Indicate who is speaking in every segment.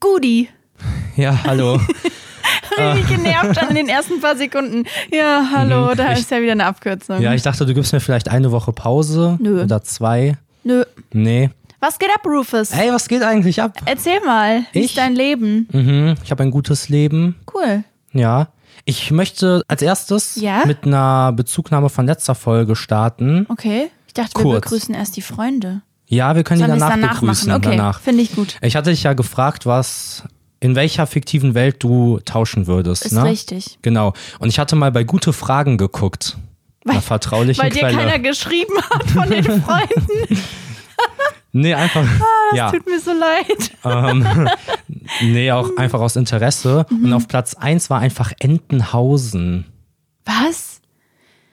Speaker 1: Gudi.
Speaker 2: Ja, hallo.
Speaker 1: Richtig genervt an den ersten paar Sekunden. Ja, hallo, da ist ja wieder eine Abkürzung.
Speaker 2: Mhm. ja, ich dachte, du gibst mir vielleicht eine Woche Pause
Speaker 1: Nö.
Speaker 2: oder zwei.
Speaker 1: Nö.
Speaker 2: Nee.
Speaker 1: Was geht ab, Rufus?
Speaker 2: Ey, was geht eigentlich ab?
Speaker 1: Erzähl mal, wie
Speaker 2: Ich?
Speaker 1: ist dein Leben?
Speaker 2: Mhm, ich habe ein gutes Leben.
Speaker 1: Cool.
Speaker 2: Ja. Ich möchte als erstes
Speaker 1: Ja?
Speaker 2: mit einer Bezugnahme von letzter Folge starten.
Speaker 1: Okay. Ich dachte, wir
Speaker 2: Kurz.
Speaker 1: begrüßen erst die Freunde.
Speaker 2: Ja, wir können die
Speaker 1: Sollen wir es
Speaker 2: danach,
Speaker 1: danach
Speaker 2: begrüßen.
Speaker 1: machen? Okay,
Speaker 2: Danach.
Speaker 1: finde ich gut.
Speaker 2: Ich hatte dich ja gefragt, was in welcher fiktiven Welt du tauschen würdest.
Speaker 1: Ist
Speaker 2: ne?
Speaker 1: richtig.
Speaker 2: Genau. Und ich hatte mal bei gute Fragen geguckt. einer vertraulichen
Speaker 1: Weil dir
Speaker 2: Quelle.
Speaker 1: keiner geschrieben hat von den Freunden.
Speaker 2: nee, einfach. ja.
Speaker 1: Ah, Tut mir so leid.
Speaker 2: Nee,
Speaker 1: Mhm.
Speaker 2: auch einfach aus Interesse. Und auf Platz 1 war einfach Entenhausen.
Speaker 1: Was?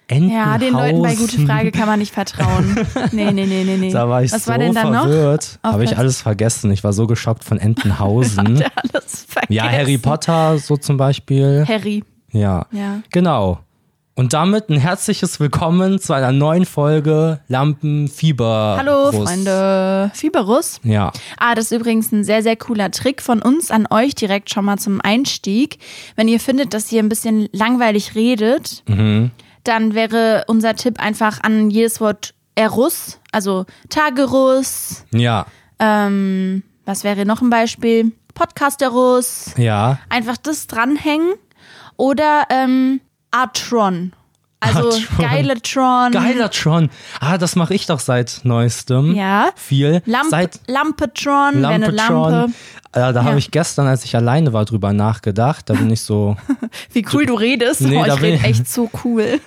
Speaker 2: Entenhausen.
Speaker 1: Ja, den Leuten bei Gute Frage kann man nicht vertrauen. Nee, nee, nee, nee, nee.
Speaker 2: Da war ich
Speaker 1: Was
Speaker 2: so
Speaker 1: war denn dann noch?
Speaker 2: verwirrt.
Speaker 1: Auf
Speaker 2: Habe ich
Speaker 1: Platz-
Speaker 2: alles vergessen. Ich war so geschockt von Entenhausen.
Speaker 1: Der alles vergessen.
Speaker 2: ja, Harry Potter so zum Beispiel.
Speaker 1: Harry.
Speaker 2: Ja.
Speaker 1: Ja.
Speaker 2: Genau. Und damit ein herzliches Willkommen zu einer neuen Folge Lampenfieber.
Speaker 1: Hallo,
Speaker 2: Brust.
Speaker 1: Freunde. Fieberus.
Speaker 2: Ja.
Speaker 1: Ah, das ist übrigens ein sehr, sehr cooler Trick von uns an euch direkt schon mal zum Einstieg. Wenn ihr findet, dass ihr ein bisschen langweilig redet, dann wäre unser Tipp einfach an jedes Wort Erus, also Tagerus,
Speaker 2: Ja.
Speaker 1: ähm, was wäre noch ein Beispiel? Podcasterus,
Speaker 2: Ja.
Speaker 1: einfach das dranhängen oder ähm, Artron. Also
Speaker 2: Artron.
Speaker 1: geile Tron.
Speaker 2: Geiler Tron. Ah, das mache ich doch seit neuestem.
Speaker 1: Ja.
Speaker 2: Viel.
Speaker 1: Lamp
Speaker 2: seit
Speaker 1: Lampetron, wäre eine
Speaker 2: Lampe
Speaker 1: Lampe.
Speaker 2: Tron. Äh, da
Speaker 1: Ja.
Speaker 2: habe ich gestern, als ich alleine war, drüber nachgedacht. Da bin ich so.
Speaker 1: Wie cool du redest.
Speaker 2: Nee,
Speaker 1: oh,
Speaker 2: da
Speaker 1: ich
Speaker 2: bin
Speaker 1: rede
Speaker 2: ich-
Speaker 1: echt so cool.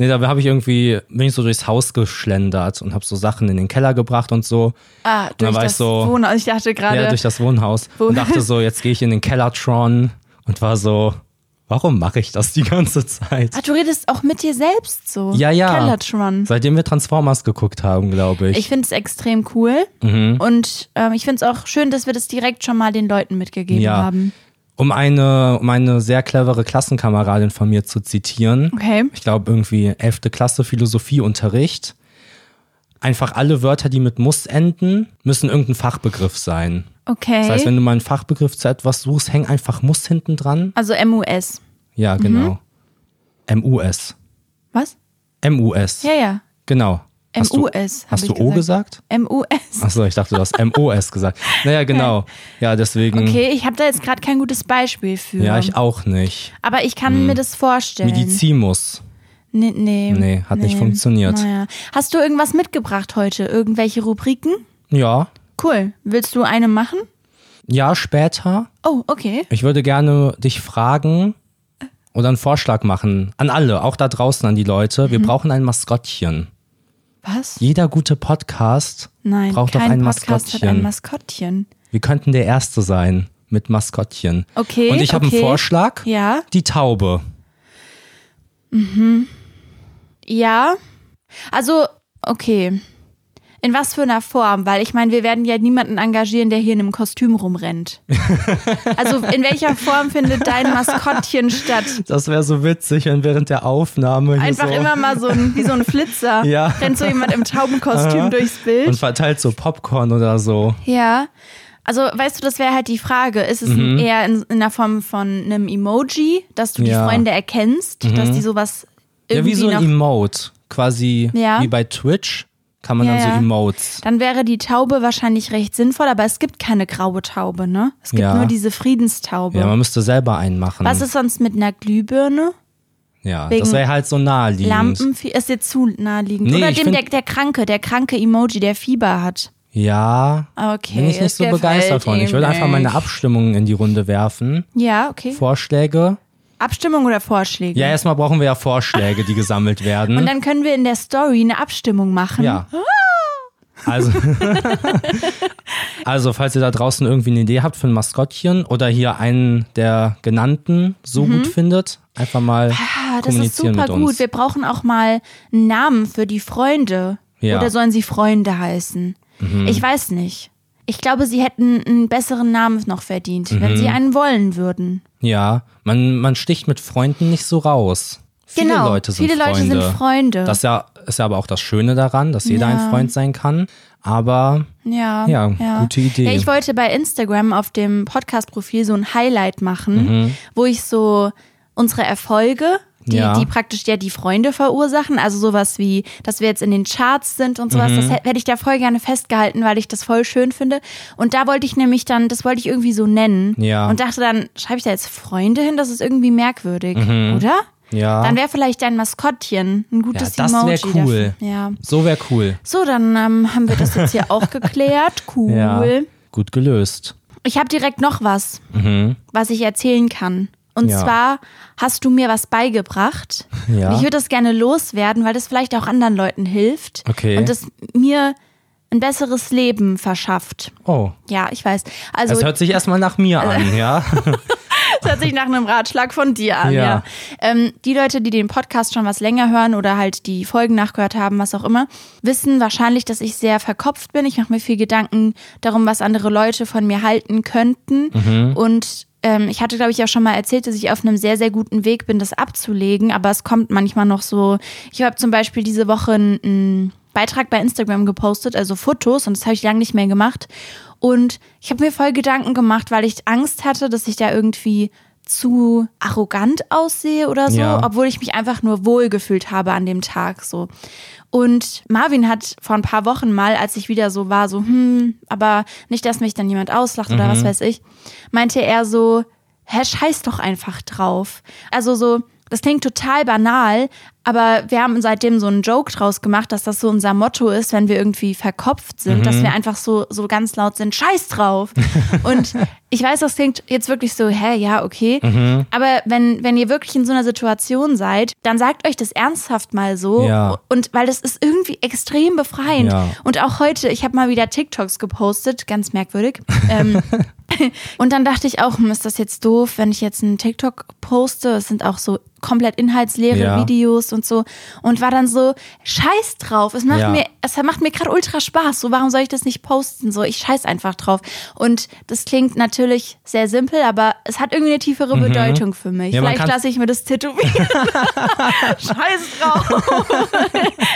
Speaker 2: Nee, da habe ich irgendwie, bin ich so durchs Haus geschlendert und habe so Sachen in den Keller gebracht und so.
Speaker 1: Ah, durch
Speaker 2: war ich
Speaker 1: das
Speaker 2: so-
Speaker 1: Wohnen. Ich dachte gerade,
Speaker 2: Ja, durch das Wohnhaus.
Speaker 1: Ah, Wo-
Speaker 2: Und dachte so, jetzt gehe ich in den Kellertron und war so, warum mache ich das die ganze Zeit?
Speaker 1: ah, du redest auch mit dir selbst so.
Speaker 2: Ja, ja.
Speaker 1: Kellertron.
Speaker 2: Seitdem wir Transformers geguckt haben, glaube ich. Mhm.
Speaker 1: Ich finde es extrem cool und ähm, ich finde es auch schön, dass wir das direkt schon mal den Leuten mitgegeben
Speaker 2: Ja.
Speaker 1: haben.
Speaker 2: Um eine, um eine sehr clevere Klassenkameradin von mir zu zitieren.
Speaker 1: Okay.
Speaker 2: Ich glaube, irgendwie 11. Klasse Philosophieunterricht. Einfach alle Wörter, die mit muss enden, müssen irgendein Fachbegriff sein.
Speaker 1: Okay.
Speaker 2: Das heißt, wenn du mal einen Fachbegriff zu etwas suchst, häng einfach muss hinten dran.
Speaker 1: also MUS.
Speaker 2: Ja,
Speaker 1: Mhm.
Speaker 2: genau. MUS.
Speaker 1: Was?
Speaker 2: MUS.
Speaker 1: Ja, ja.
Speaker 2: Genau. Hast du-
Speaker 1: MUS, hab
Speaker 2: Hast
Speaker 1: ich
Speaker 2: du O gesagt?
Speaker 1: MUS.
Speaker 2: Achso, ich dachte, du hast MOS gesagt. Naja, genau. Ja, deswegen.
Speaker 1: Okay, genau. ich habe da jetzt gerade kein gutes Beispiel für.
Speaker 2: Ja, ich Mhm. auch nicht.
Speaker 1: Aber ich kann mir das vorstellen.
Speaker 2: Medizimus.
Speaker 1: Nee, nee.
Speaker 2: Nee, hat nicht funktioniert.
Speaker 1: Naja. Hast du irgendwas mitgebracht heute? Irgendwelche Rubriken?
Speaker 2: Ja.
Speaker 1: Cool. Willst du eine machen?
Speaker 2: Ja, später.
Speaker 1: Oh, okay.
Speaker 2: Ich würde gerne dich fragen oder einen Vorschlag machen. An alle, auch da draußen an die Leute.
Speaker 1: Mhm.
Speaker 2: Wir brauchen ein Maskottchen.
Speaker 1: Was?
Speaker 2: Jeder gute Podcast
Speaker 1: Nein,
Speaker 2: braucht doch
Speaker 1: kein
Speaker 2: ein
Speaker 1: Podcast hat
Speaker 2: Maskottchen.
Speaker 1: ein Maskottchen.
Speaker 2: Wir könnten der Erste sein mit Maskottchen.
Speaker 1: Okay,
Speaker 2: Und ich habe
Speaker 1: okay.
Speaker 2: einen Vorschlag.
Speaker 1: Ja,
Speaker 2: Die Taube.
Speaker 1: ja. Also, okay. In was für einer Form? Weil ich meine, wir werden ja niemanden engagieren, der hier in einem Kostüm rumrennt. Also in welcher Form findet dein Maskottchen statt?
Speaker 2: Das wäre so witzig, wenn während der Aufnahme hier
Speaker 1: Einfach
Speaker 2: so
Speaker 1: immer mal so ein, wie so ein Flitzer.
Speaker 2: Ja.
Speaker 1: Rennt so jemand im Taubenkostüm durchs Bild.
Speaker 2: und verteilt so Popcorn oder so.
Speaker 1: Ja. Also, weißt du, das wäre halt die Frage. Ist es
Speaker 2: Mhm.
Speaker 1: eher in, in der Form von einem Emoji, dass du
Speaker 2: Ja. Mhm.
Speaker 1: die Freunde erkennst, dass die sowas
Speaker 2: Ja,
Speaker 1: irgendwie
Speaker 2: wie so
Speaker 1: noch.
Speaker 2: ein Emote. Quasi
Speaker 1: Ja.
Speaker 2: wie bei Twitch kann man
Speaker 1: Ja,
Speaker 2: dann so
Speaker 1: ja.
Speaker 2: Emotes.
Speaker 1: dann wäre die Taube wahrscheinlich recht sinnvoll, aber es gibt keine graue Taube, ne? Es gibt
Speaker 2: Ja.
Speaker 1: nur diese Friedenstaube.
Speaker 2: Ja, man müsste selber einen machen.
Speaker 1: Was ist sonst mit einer Glühbirne?
Speaker 2: ja,
Speaker 1: wegen
Speaker 2: das wäre halt so naheliegend.
Speaker 1: Lampen? Ist dir zu naheliegend.
Speaker 2: Nee,
Speaker 1: Oder
Speaker 2: ich
Speaker 1: dem,
Speaker 2: find-
Speaker 1: der, der Kranke, der kranke Emoji, der Fieber hat.
Speaker 2: Ja,
Speaker 1: Okay,
Speaker 2: bin ich
Speaker 1: es
Speaker 2: nicht so
Speaker 1: gefällt
Speaker 2: begeistert von. Ich
Speaker 1: ihm
Speaker 2: würde einfach meine
Speaker 1: nicht.
Speaker 2: Abstimmungen in die Runde werfen.
Speaker 1: Ja, okay.
Speaker 2: Vorschläge.
Speaker 1: Abstimmung oder Vorschläge?
Speaker 2: Ja, erstmal brauchen wir ja Vorschläge, die gesammelt werden.
Speaker 1: Und dann können wir in der Story eine Abstimmung machen.
Speaker 2: Ja. Also, also, falls ihr da draußen irgendwie eine Idee habt für ein Maskottchen oder hier einen der genannten so gut findet, einfach mal
Speaker 1: Mhm. Ah, das ist
Speaker 2: kommunizieren
Speaker 1: super
Speaker 2: mit uns.
Speaker 1: gut. Wir brauchen auch mal einen Namen für die Freunde.
Speaker 2: Ja. Mhm.
Speaker 1: Oder sollen sie Freunde heißen? Ich weiß nicht. Ich glaube, sie hätten einen besseren Namen noch verdient, wenn
Speaker 2: Mhm.
Speaker 1: sie einen wollen würden.
Speaker 2: Ja, man, man sticht mit Freunden nicht so raus. Viele
Speaker 1: genau.
Speaker 2: Leute sind
Speaker 1: Viele
Speaker 2: Freunde.
Speaker 1: Leute sind Freunde.
Speaker 2: Das ist ja ist ja aber auch das Schöne daran, dass jeder
Speaker 1: Ja.
Speaker 2: ein Freund sein kann. Aber
Speaker 1: Ja,
Speaker 2: Ja, gute Idee.
Speaker 1: Ja, ich wollte bei Instagram auf dem Podcast-Profil so ein Highlight machen,
Speaker 2: Mhm.
Speaker 1: wo ich so unsere Erfolge, die,
Speaker 2: Ja.
Speaker 1: die praktisch ja die Freunde verursachen, also sowas wie, dass wir jetzt in den Charts sind und sowas,
Speaker 2: Mhm.
Speaker 1: das hä- hätte ich da voll gerne festgehalten, weil ich das voll schön finde. Und da wollte ich nämlich dann, das wollte ich irgendwie so nennen
Speaker 2: Ja.
Speaker 1: und dachte dann, schreibe ich da jetzt Freunde hin, das ist irgendwie merkwürdig,
Speaker 2: Mhm.
Speaker 1: oder?
Speaker 2: ja,
Speaker 1: Dann wäre vielleicht dein Maskottchen ein gutes
Speaker 2: Ah. das wär
Speaker 1: Emoji.
Speaker 2: cool.
Speaker 1: Dafür. Ja.
Speaker 2: so wäre cool.
Speaker 1: So, dann ähm, haben wir das jetzt hier auch geklärt. Cool.
Speaker 2: Ja, gut gelöst.
Speaker 1: Ich habe direkt noch was, was ich erzählen kann. Und
Speaker 2: Mhm. Ja.
Speaker 1: zwar hast du mir was beigebracht.
Speaker 2: Ja.
Speaker 1: Und ich würde das gerne loswerden, weil das vielleicht auch anderen Leuten hilft.
Speaker 2: Okay.
Speaker 1: Und es mir ein besseres Leben verschafft.
Speaker 2: Oh,
Speaker 1: Ja, ich weiß. Also
Speaker 2: es hört sich erstmal nach mir an, ja?
Speaker 1: Das hört sich nach einem Ratschlag von dir an,
Speaker 2: Ja.
Speaker 1: ja. Ähm, die Leute, die den Podcast schon was länger hören oder halt die Folgen nachgehört haben, was auch immer, wissen wahrscheinlich, dass ich sehr verkopft bin. Ich mache mir viel Gedanken darum, was andere Leute von mir halten könnten. Und ähm, ich hatte, glaube ich, auch schon mal erzählt, dass ich auf einem sehr, sehr guten Weg bin, das abzulegen. Aber es kommt manchmal noch so. Ich habe zum Beispiel diese Woche einen Beitrag bei Instagram gepostet, also Fotos, und das habe ich lange nicht mehr gemacht. Und ich habe mir voll Gedanken gemacht, weil ich Angst hatte, dass ich da irgendwie zu arrogant aussehe oder so,
Speaker 2: Ja.
Speaker 1: obwohl ich mich einfach nur wohlgefühlt habe an dem Tag so. Und Marvin hat vor ein paar Wochen mal, als ich wieder so war, so, hm, aber nicht, dass mich dann jemand auslacht oder was weiß ich, meinte er so, hä, scheiß doch einfach drauf. Also so, das klingt total banal, aber wir haben seitdem so einen Joke draus gemacht, dass das so unser Motto ist, wenn wir irgendwie verkopft sind,
Speaker 2: Mhm.
Speaker 1: dass wir einfach so, so ganz laut sind, scheiß drauf. Und ich weiß, das klingt jetzt wirklich so, hä, ja, okay.
Speaker 2: Mhm.
Speaker 1: Aber wenn, wenn ihr wirklich in so einer Situation seid, dann sagt euch das ernsthaft mal so.
Speaker 2: Ja.
Speaker 1: Und weil das ist irgendwie extrem befreiend.
Speaker 2: Ja.
Speaker 1: Und auch heute, ich habe mal wieder TikToks gepostet, ganz merkwürdig. Ähm, und dann dachte ich auch, hm, ist das jetzt doof, wenn ich jetzt einen TikTok poste? Es sind auch so komplett inhaltsleere
Speaker 2: Ja.
Speaker 1: Videos und so. Und war dann so, scheiß drauf. Es macht
Speaker 2: Ja.
Speaker 1: mir, es macht mir gerade ultra Spaß. So, warum soll ich das nicht posten? So, ich scheiß einfach drauf. Und das klingt natürlich sehr simpel, aber es hat irgendwie eine tiefere Bedeutung für mich.
Speaker 2: Mhm. Ja, man
Speaker 1: Vielleicht
Speaker 2: kann-
Speaker 1: lasse ich mir das tätowieren. scheiß drauf.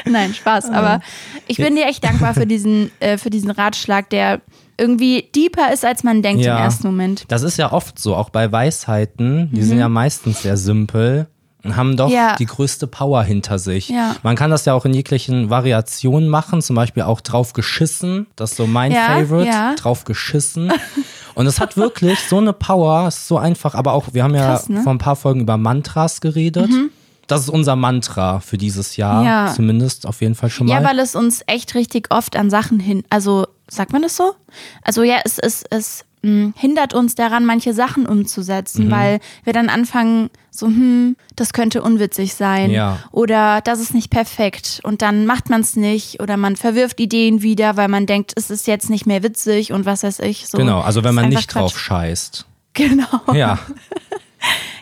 Speaker 1: Nein, Spaß.
Speaker 2: Ah.
Speaker 1: Aber ich bin dir echt dankbar für diesen, äh, für diesen Ratschlag, der irgendwie deeper ist, als man denkt
Speaker 2: Ja.
Speaker 1: im ersten Moment. Mhm.
Speaker 2: Das ist ja oft so, auch bei Weisheiten, die sind ja meistens sehr simpel und haben doch
Speaker 1: Ja.
Speaker 2: die größte Power hinter sich.
Speaker 1: Ja.
Speaker 2: Man kann das ja auch in jeglichen Variationen machen, zum Beispiel auch drauf geschissen, das ist so mein
Speaker 1: Ja,
Speaker 2: Favorite,
Speaker 1: ja.
Speaker 2: drauf geschissen. Und es hat wirklich so eine Power, es ist so einfach, aber auch, wir haben ja
Speaker 1: Krass, ne? Mhm.
Speaker 2: vor ein paar Folgen über Mantras geredet. Das ist unser Mantra für dieses Jahr,
Speaker 1: Ja.
Speaker 2: zumindest auf jeden Fall schon mal.
Speaker 1: Ja, weil es uns echt richtig oft an Sachen hin. Also, sagt man das so? Also, ja, es, es, es mh, hindert uns daran, manche Sachen umzusetzen,
Speaker 2: Mhm.
Speaker 1: weil wir dann anfangen, so, hm, das könnte unwitzig sein.
Speaker 2: Ja.
Speaker 1: Oder das ist nicht perfekt. Und dann macht man es nicht. Oder man verwirft Ideen wieder, weil man denkt, es ist jetzt nicht mehr witzig und was weiß ich. So.
Speaker 2: genau, also wenn
Speaker 1: Das ist
Speaker 2: man
Speaker 1: einfach
Speaker 2: nicht drauf
Speaker 1: Quatsch.
Speaker 2: scheißt.
Speaker 1: Genau.
Speaker 2: Ja,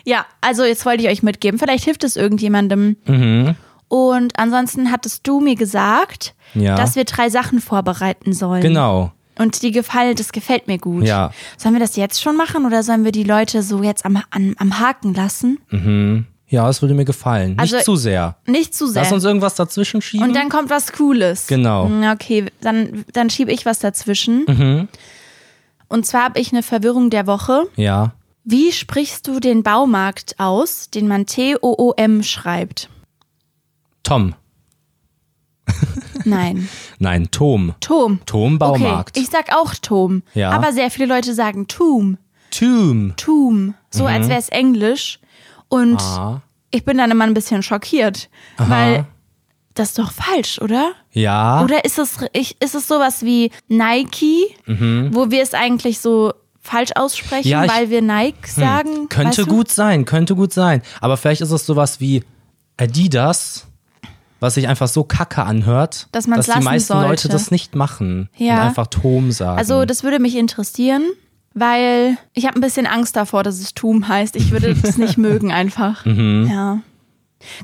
Speaker 1: Ja, also jetzt wollte ich euch mitgeben. Vielleicht hilft es irgendjemandem.
Speaker 2: Mhm.
Speaker 1: Und ansonsten hattest du mir gesagt,
Speaker 2: Ja.
Speaker 1: dass wir drei Sachen vorbereiten sollen.
Speaker 2: genau.
Speaker 1: Und die gefallen, das gefällt mir gut.
Speaker 2: Ja.
Speaker 1: Sollen wir das jetzt schon machen oder sollen wir die Leute so jetzt am, am, am Haken lassen?
Speaker 2: Ja, es würde mir gefallen.
Speaker 1: Also-
Speaker 2: nicht zu sehr.
Speaker 1: Nicht zu sehr.
Speaker 2: Mhm. Lass uns irgendwas dazwischen schieben.
Speaker 1: Und dann kommt was Cooles.
Speaker 2: Genau. Mhm.
Speaker 1: Na, Okay, dann, dann schiebe ich was dazwischen. Und zwar habe ich eine Verwirrung der Woche.
Speaker 2: ja.
Speaker 1: Wie sprichst du den Baumarkt aus, den man T-O-O-M schreibt?
Speaker 2: Tom.
Speaker 1: Nein.
Speaker 2: Nein, Tom.
Speaker 1: Tom.
Speaker 2: Tom Baumarkt.
Speaker 1: Okay, ich sag auch Tom.
Speaker 2: Ja.
Speaker 1: Aber sehr viele Leute sagen Tum.
Speaker 2: Tom.
Speaker 1: Tum. So als wäre es Englisch. Und
Speaker 2: Mhm. Ah.
Speaker 1: ich bin dann immer ein bisschen schockiert. Weil das ist doch falsch, oder?
Speaker 2: Ja.
Speaker 1: Oder ist es, ich, ist es sowas wie Nike, wo wir es eigentlich so falsch aussprechen,
Speaker 2: Mhm. Ja, ich- Hm.
Speaker 1: weil wir Nike sagen? weißt
Speaker 2: könnte
Speaker 1: du?
Speaker 2: gut sein, könnte gut sein. Aber vielleicht ist es sowas wie Adidas, was sich einfach so kacke anhört,
Speaker 1: Dass man's
Speaker 2: die
Speaker 1: lassen
Speaker 2: meisten
Speaker 1: sollte.
Speaker 2: Leute das nicht machen
Speaker 1: Ja.
Speaker 2: und einfach Tom sagen.
Speaker 1: Also das würde mich interessieren, weil ich habe ein bisschen Angst davor, dass es Tum heißt. Ich würde es nicht mögen einfach.
Speaker 2: Mhm.
Speaker 1: Ja.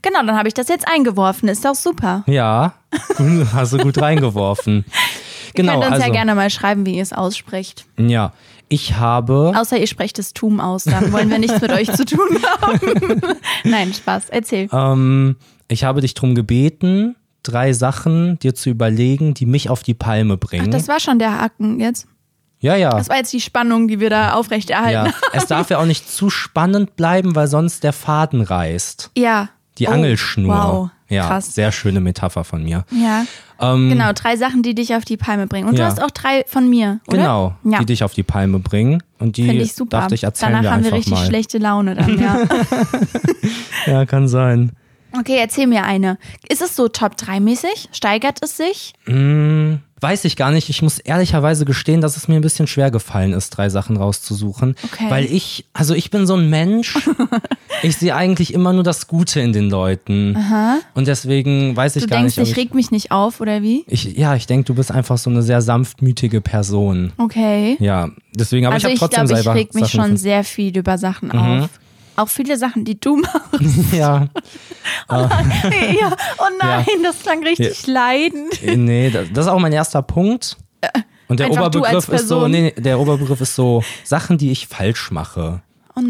Speaker 1: Genau, dann habe ich das jetzt eingeworfen. Ist auch super.
Speaker 2: ja, hast du gut reingeworfen. Genau,
Speaker 1: Könnt uns
Speaker 2: also
Speaker 1: ja gerne mal schreiben, wie ihr es aussprecht.
Speaker 2: ja, ich habe
Speaker 1: Außer ihr sprecht das Tum aus, dann wollen wir nichts mit euch zu tun haben. Nein, Spaß. Erzähl.
Speaker 2: Ah, Ähm, ich habe dich drum gebeten, drei Sachen dir zu überlegen, die mich auf die Palme bringen.
Speaker 1: Das war schon der Haken jetzt.
Speaker 2: ja, ja.
Speaker 1: Das war jetzt die Spannung, die wir da aufrechterhalten
Speaker 2: ja. Es darf ja auch nicht zu spannend bleiben, weil sonst der Faden reißt.
Speaker 1: Ja. ja.
Speaker 2: Die
Speaker 1: Oh,
Speaker 2: Angelschnur.
Speaker 1: Wow.
Speaker 2: Ja,
Speaker 1: Krass.
Speaker 2: sehr schöne Metapher von mir.
Speaker 1: Ja.
Speaker 2: Ähm,
Speaker 1: Genau, drei Sachen, die dich auf die Palme bringen. Und du
Speaker 2: Ja.
Speaker 1: hast auch drei von mir, oder?
Speaker 2: Genau,
Speaker 1: Ja.
Speaker 2: die dich auf die Palme bringen. Und die
Speaker 1: Finde ich super.
Speaker 2: dachte ich, erzählen
Speaker 1: Danach
Speaker 2: wir
Speaker 1: haben
Speaker 2: einfach
Speaker 1: wir richtig
Speaker 2: mal.
Speaker 1: schlechte Laune dann, ja.
Speaker 2: Ja, kann sein.
Speaker 1: okay, erzähl mir eine. Ist es so Top 3 mäßig? Steigert es sich?
Speaker 2: Weiß ich gar nicht. Ich muss ehrlicherweise gestehen, dass es mir ein bisschen schwer gefallen ist, drei Sachen rauszusuchen.
Speaker 1: Okay.
Speaker 2: Weil ich, also ich bin so ein Mensch. ich sehe eigentlich immer nur das Gute in den Leuten. Und deswegen weiß ich
Speaker 1: Du
Speaker 2: gar
Speaker 1: denkst,
Speaker 2: nicht. ob
Speaker 1: ich reg mich nicht auf, oder wie?
Speaker 2: ich, ich, ja, ich denke, du bist einfach so eine sehr sanftmütige Person.
Speaker 1: Okay.
Speaker 2: Ja, deswegen, aber
Speaker 1: also
Speaker 2: ich
Speaker 1: ich
Speaker 2: habe trotzdem
Speaker 1: glaube, ich
Speaker 2: selber
Speaker 1: reg mich schon
Speaker 2: Sachen Mhm.
Speaker 1: sehr viel über Sachen auf. Auch viele Sachen, die du machst.
Speaker 2: gefunden. Ja,
Speaker 1: ja. Oh nein, das klang richtig leidend.
Speaker 2: Äh, nee, das, das ist auch mein erster Punkt. Und der
Speaker 1: Einfach du als
Speaker 2: Oberbegriff ist so,
Speaker 1: Person.
Speaker 2: nee, nee, der Oberbegriff ist so Sachen, die ich falsch mache.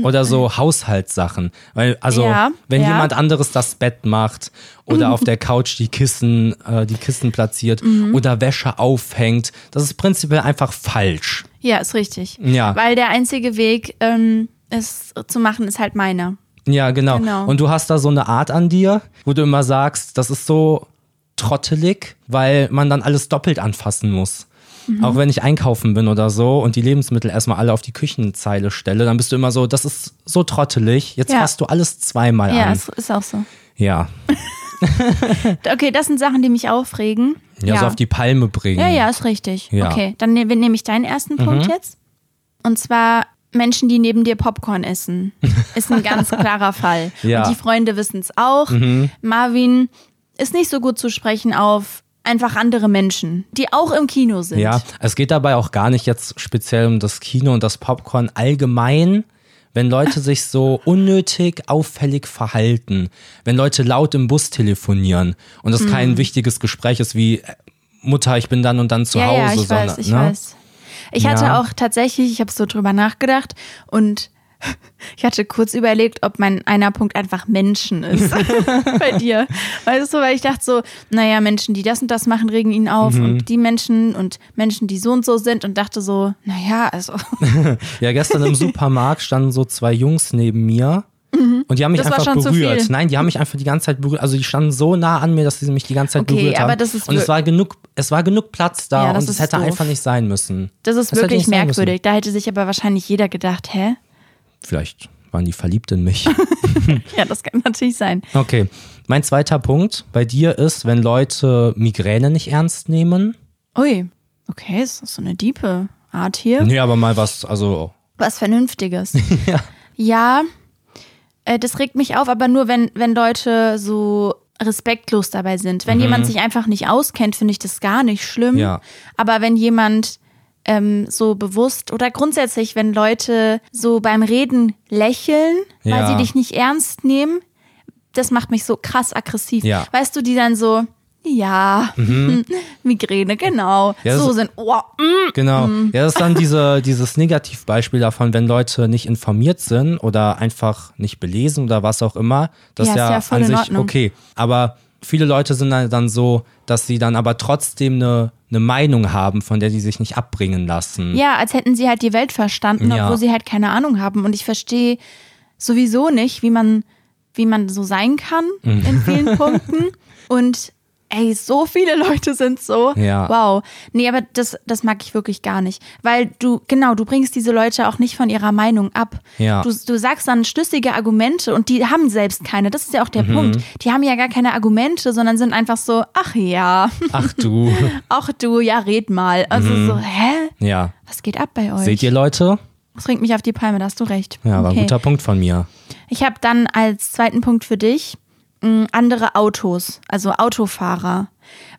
Speaker 2: Oder so Haushaltssachen. Weil, also,
Speaker 1: Ja,
Speaker 2: wenn
Speaker 1: ja.
Speaker 2: jemand anderes das Bett macht oder auf der Couch die Kissen, äh, die Kissen platziert
Speaker 1: Mhm.
Speaker 2: oder Wäsche aufhängt, das ist prinzipiell einfach falsch.
Speaker 1: Ja, ist richtig.
Speaker 2: Ja.
Speaker 1: Weil der einzige Weg, ähm, es zu machen, ist halt meiner.
Speaker 2: Ja, genau.
Speaker 1: Genau.
Speaker 2: Und du hast da so eine Art an dir, wo du immer sagst, das ist so trottelig, weil man dann alles doppelt anfassen muss.
Speaker 1: Mhm.
Speaker 2: Auch wenn ich einkaufen bin oder so und die Lebensmittel erstmal alle auf die Küchenzeile stelle, dann bist du immer so, das ist so trottelig, jetzt
Speaker 1: Ja.
Speaker 2: fasst du alles zweimal
Speaker 1: Ja,
Speaker 2: an.
Speaker 1: ist, ist auch so.
Speaker 2: Ja.
Speaker 1: Okay, das sind Sachen, die mich aufregen.
Speaker 2: ja, so auf die Palme bringen.
Speaker 1: ja, ja, ist richtig.
Speaker 2: Ja. Mhm.
Speaker 1: Okay, dann ne nehme ich deinen ersten Punkt jetzt. Und zwar Menschen, die neben dir Popcorn essen. Ist ein ganz klarer Fall.
Speaker 2: Ja. Mhm.
Speaker 1: Und die Freunde wissen es auch. Marvin ist nicht so gut zu sprechen auf einfach andere Menschen, die auch im Kino sind.
Speaker 2: Ja, es geht dabei auch gar nicht jetzt speziell um das Kino und das Popcorn allgemein. Wenn Leute sich so unnötig auffällig verhalten, wenn Leute laut im Bus telefonieren und das kein
Speaker 1: Hm.
Speaker 2: wichtiges Gespräch ist wie äh, Mutter, ich bin dann und dann zu
Speaker 1: ja,
Speaker 2: Hause,
Speaker 1: ja, ich
Speaker 2: sondern
Speaker 1: weiß, ich
Speaker 2: ne?
Speaker 1: weiß. Ich hatte
Speaker 2: Ja.
Speaker 1: auch tatsächlich, ich habe so drüber nachgedacht und ich hatte kurz überlegt, ob mein einer Punkt einfach Menschen ist bei dir. Weißt du, weil ich dachte so, naja, Menschen, die das und das machen, regen ihn auf
Speaker 2: Mhm.
Speaker 1: und die Menschen und Menschen, die so und so sind und dachte so, naja, also
Speaker 2: Ja, gestern im Supermarkt standen so zwei Jungs neben mir. Und die haben mich
Speaker 1: Mhm. Das war
Speaker 2: einfach
Speaker 1: schon zu
Speaker 2: berührt.
Speaker 1: viel.
Speaker 2: Nein, die haben mich einfach die ganze Zeit berührt. Also die standen so nah an mir, dass sie mich die ganze Zeit
Speaker 1: Okay,
Speaker 2: berührt haben.
Speaker 1: aber das ist
Speaker 2: und es
Speaker 1: wirk-
Speaker 2: war genug, es war genug Platz da
Speaker 1: Ja, das
Speaker 2: und es
Speaker 1: ist
Speaker 2: hätte
Speaker 1: doof.
Speaker 2: einfach nicht sein müssen.
Speaker 1: das ist
Speaker 2: Das hätte
Speaker 1: wirklich
Speaker 2: nicht sein müssen.
Speaker 1: merkwürdig. Da hätte sich aber wahrscheinlich jeder gedacht, hä?
Speaker 2: Vielleicht waren die verliebt in mich.
Speaker 1: Ja, das kann natürlich sein.
Speaker 2: Okay. Mein zweiter Punkt bei dir ist, wenn Leute Migräne nicht ernst nehmen.
Speaker 1: Ui, okay, ist das so eine diepe Art hier.
Speaker 2: Nee, aber mal was, also.
Speaker 1: was Vernünftiges. ja. äh, das regt mich auf, aber nur wenn, wenn Leute so respektlos dabei sind. Wenn jemand sich einfach nicht auskennt, finde ich das gar nicht schlimm.
Speaker 2: Mhm. Ja.
Speaker 1: Aber wenn jemand ähm, so bewusst oder grundsätzlich, wenn Leute so beim Reden lächeln, weil
Speaker 2: Ja.
Speaker 1: sie dich nicht ernst nehmen, das macht mich so krass aggressiv.
Speaker 2: Ja. Mhm.
Speaker 1: Weißt du, die dann so, ja, Migräne, genau.
Speaker 2: Ja, das
Speaker 1: so
Speaker 2: ist-
Speaker 1: sind, oh, mm,
Speaker 2: Genau. Ja, das ist dann diese, dieses Negativbeispiel davon, wenn Leute nicht informiert sind oder einfach nicht belesen oder was auch immer. Das
Speaker 1: Ja, ist
Speaker 2: ist ja,
Speaker 1: ja voll
Speaker 2: an
Speaker 1: in
Speaker 2: sich
Speaker 1: Ordnung.
Speaker 2: okay. Aber viele Leute sind dann dann so, dass sie dann aber trotzdem eine, eine Meinung haben, von der sie sich nicht abbringen lassen.
Speaker 1: Ja, als hätten sie halt die Welt verstanden,
Speaker 2: Ja.
Speaker 1: obwohl sie halt keine Ahnung haben. Und ich verstehe sowieso nicht, wie man, wie man so sein kann
Speaker 2: Mhm.
Speaker 1: in vielen Punkten. Und ey, so viele Leute sind so.
Speaker 2: Ja.
Speaker 1: Wow. Nee, aber das, das mag ich wirklich gar nicht. Weil du, genau, du bringst diese Leute auch nicht von ihrer Meinung ab.
Speaker 2: Ja.
Speaker 1: Du, du sagst dann schlüssige Argumente und die haben selbst keine. Das ist ja auch
Speaker 2: Mhm.
Speaker 1: der Punkt. Die haben ja gar keine Argumente, sondern sind einfach so, ach ja,
Speaker 2: Ach du.
Speaker 1: auch du, ja, red mal. Also so, hä?
Speaker 2: Ja.
Speaker 1: Was geht ab bei euch?
Speaker 2: Mhm. Seht ihr Leute?
Speaker 1: Das bringt mich auf die Palme, da hast du recht.
Speaker 2: Ja, war ein
Speaker 1: okay.
Speaker 2: guter Punkt von mir.
Speaker 1: Ich habe dann als zweiten Punkt für dich mh, andere Autos, also Autofahrer.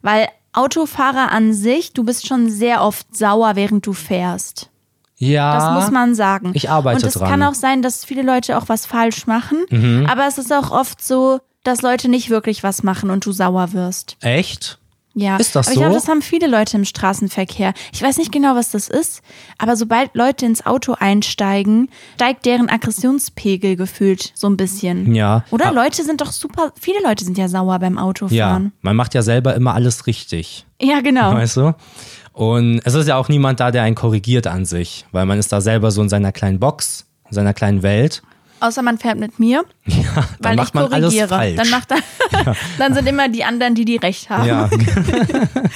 Speaker 1: Weil Autofahrer an sich, du bist schon sehr oft sauer, während du fährst.
Speaker 2: Ja.
Speaker 1: Das muss man sagen.
Speaker 2: Ah, Ich arbeite
Speaker 1: Und es
Speaker 2: dran. Mhm.
Speaker 1: kann auch sein, dass viele Leute auch was falsch machen. Aber es ist auch oft so, dass Leute nicht wirklich was machen und du sauer wirst.
Speaker 2: Echt?
Speaker 1: Ja,
Speaker 2: Ist das
Speaker 1: aber ich
Speaker 2: so?
Speaker 1: glaube, das haben viele Leute im Straßenverkehr. Ich weiß nicht genau, was das ist, aber sobald Leute ins Auto einsteigen, steigt deren Aggressionspegel gefühlt so ein bisschen.
Speaker 2: Ja.
Speaker 1: Oder
Speaker 2: Ah.
Speaker 1: Leute sind doch super, viele Leute sind ja sauer beim
Speaker 2: Ja,
Speaker 1: Autofahren.
Speaker 2: man macht ja selber immer alles richtig.
Speaker 1: Ja, genau.
Speaker 2: Weißt du? Und es ist ja auch niemand da, der einen korrigiert an sich, weil man ist da selber so in seiner kleinen Box, in seiner kleinen Welt.
Speaker 1: Außer man fährt mit mir,
Speaker 2: Ja,
Speaker 1: weil
Speaker 2: dann macht
Speaker 1: ich
Speaker 2: man alles
Speaker 1: korrigiere.
Speaker 2: falsch.
Speaker 1: Dann, macht er, dann sind immer die anderen, die die Recht haben.
Speaker 2: ja.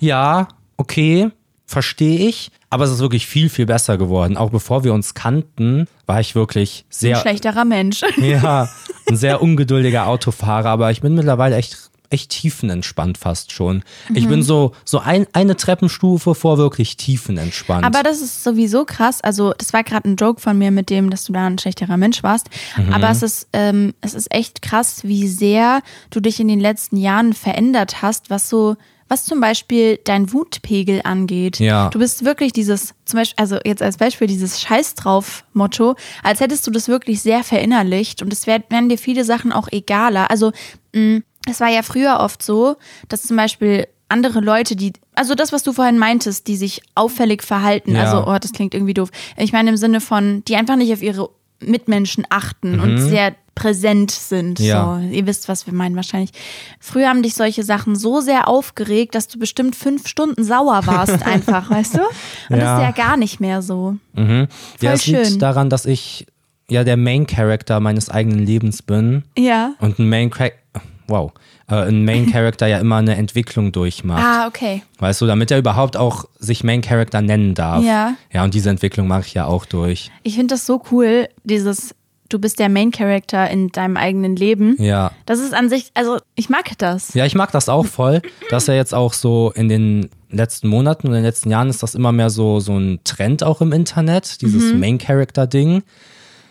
Speaker 2: ja, okay, verstehe ich. Aber es ist wirklich viel, viel besser geworden. Auch bevor wir uns kannten, war ich wirklich
Speaker 1: Ein
Speaker 2: sehr,
Speaker 1: schlechterer Mensch.
Speaker 2: ja, ein sehr ungeduldiger Autofahrer. Aber ich bin mittlerweile echt, echt tiefenentspannt fast schon. Ich
Speaker 1: Mhm.
Speaker 2: bin so, so ein, eine Treppenstufe vor wirklich tiefenentspannt.
Speaker 1: Aber das ist sowieso krass. Also, das war gerade ein Joke von mir mit dem, dass du da ein schlechterer Mensch warst. Aber es ist, ähm, es ist echt krass, wie sehr du dich in den letzten Jahren verändert hast, was so, was zum Beispiel dein Wutpegel angeht.
Speaker 2: Ja.
Speaker 1: Du bist wirklich dieses, zum Beispiel, also jetzt als Beispiel dieses Scheiß drauf Motto, als hättest du das wirklich sehr verinnerlicht und es wär, wären dir viele Sachen auch egaler. Also, mh, es war ja früher oft so, dass zum Beispiel andere Leute, die, also das, was du vorhin meintest, die sich auffällig verhalten,
Speaker 2: Ja.
Speaker 1: also, oh, das klingt irgendwie doof. Ich meine im Sinne von, die einfach nicht auf ihre Mitmenschen achten und sehr präsent sind.
Speaker 2: Mhm. Ja.
Speaker 1: So, ihr wisst, was wir meinen wahrscheinlich. Früher haben dich solche Sachen so sehr aufgeregt, dass du bestimmt fünf Stunden sauer warst einfach, weißt du? Und das ist
Speaker 2: Ja.
Speaker 1: ja gar nicht mehr so.
Speaker 2: ja,
Speaker 1: voll
Speaker 2: es liegt
Speaker 1: schön.
Speaker 2: daran, dass ich ja der Main Character meines eigenen Lebens bin.
Speaker 1: Ja.
Speaker 2: Und ein Main Charac- wow, äh, ein Main Character ja immer eine Entwicklung durchmacht.
Speaker 1: Ah, okay.
Speaker 2: Weißt du, damit er überhaupt auch sich Main Character nennen darf.
Speaker 1: Ja.
Speaker 2: Ja, und diese Entwicklung mache ich ja auch durch.
Speaker 1: Ich finde das so cool, dieses, du bist der Main Character in deinem eigenen Leben.
Speaker 2: Ja.
Speaker 1: Das ist an sich, also ich mag das.
Speaker 2: Ja, ich mag das auch voll, dass er jetzt auch so in den letzten Monaten und in den letzten Jahren ist das immer mehr so, so ein Trend auch im Internet, dieses
Speaker 1: Mhm.
Speaker 2: Main Character Ding.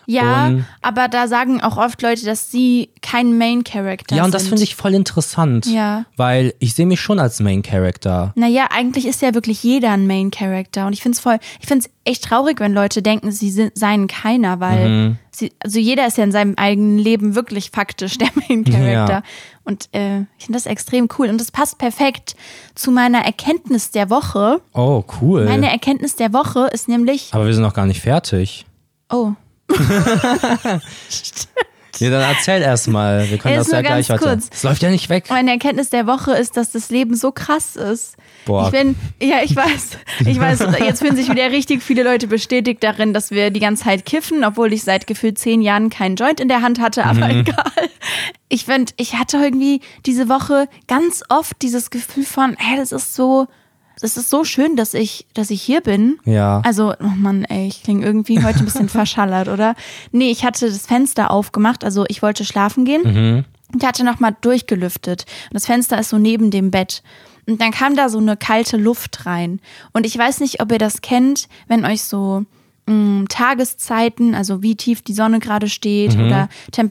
Speaker 1: Ja,
Speaker 2: Und-
Speaker 1: aber da sagen auch oft Leute, dass sie kein Main Character sind.
Speaker 2: Ja, und das finde ich voll interessant,
Speaker 1: Ja.
Speaker 2: weil ich sehe mich schon als Main Character.
Speaker 1: Naja, eigentlich ist ja wirklich jeder ein Main Character. Und ich find's voll, ich find's echt traurig, wenn Leute denken, sie sind, seien keiner, weil
Speaker 2: Mhm.
Speaker 1: sie, also jeder ist ja in seinem eigenen Leben wirklich faktisch der Main Character.
Speaker 2: Ja.
Speaker 1: Und äh, ich finde das extrem cool. Und das passt perfekt zu meiner Erkenntnis der Woche.
Speaker 2: Oh, cool.
Speaker 1: Meine Erkenntnis der Woche ist nämlich,
Speaker 2: Aber wir sind noch gar nicht fertig.
Speaker 1: oh,
Speaker 2: Nee, dann erzähl erst mal. Wir können
Speaker 1: Ja,
Speaker 2: das
Speaker 1: ist
Speaker 2: ja
Speaker 1: nur
Speaker 2: gleich
Speaker 1: ganz
Speaker 2: weiter.
Speaker 1: kurz. Oh.
Speaker 2: Es läuft ja nicht weg.
Speaker 1: meine Erkenntnis der Woche ist, dass das Leben so krass ist.
Speaker 2: Boah.
Speaker 1: Ich bin, ja, ich weiß, ich weiß, jetzt fühlen sich wieder richtig viele Leute bestätigt darin, dass wir die ganze Zeit kiffen, obwohl ich seit gefühlt zehn Jahren keinen Joint in der Hand hatte, aber
Speaker 2: Mhm.
Speaker 1: egal. Ich finde, ich hatte irgendwie diese Woche ganz oft dieses Gefühl von, hey, das ist so, das ist so schön, dass ich, dass ich hier bin.
Speaker 2: Ja.
Speaker 1: Also, oh Mann, ey, ich klinge irgendwie heute ein bisschen verschallert, oder? Nee, ich hatte das Fenster aufgemacht, also ich wollte schlafen gehen.
Speaker 2: Mhm.
Speaker 1: Ich hatte nochmal durchgelüftet. Und das Fenster ist so neben dem Bett. Und dann kam da so eine kalte Luft rein. Und ich weiß nicht, ob ihr das kennt, wenn euch so mh, Tageszeiten, also wie tief die Sonne gerade steht
Speaker 2: Mhm.
Speaker 1: oder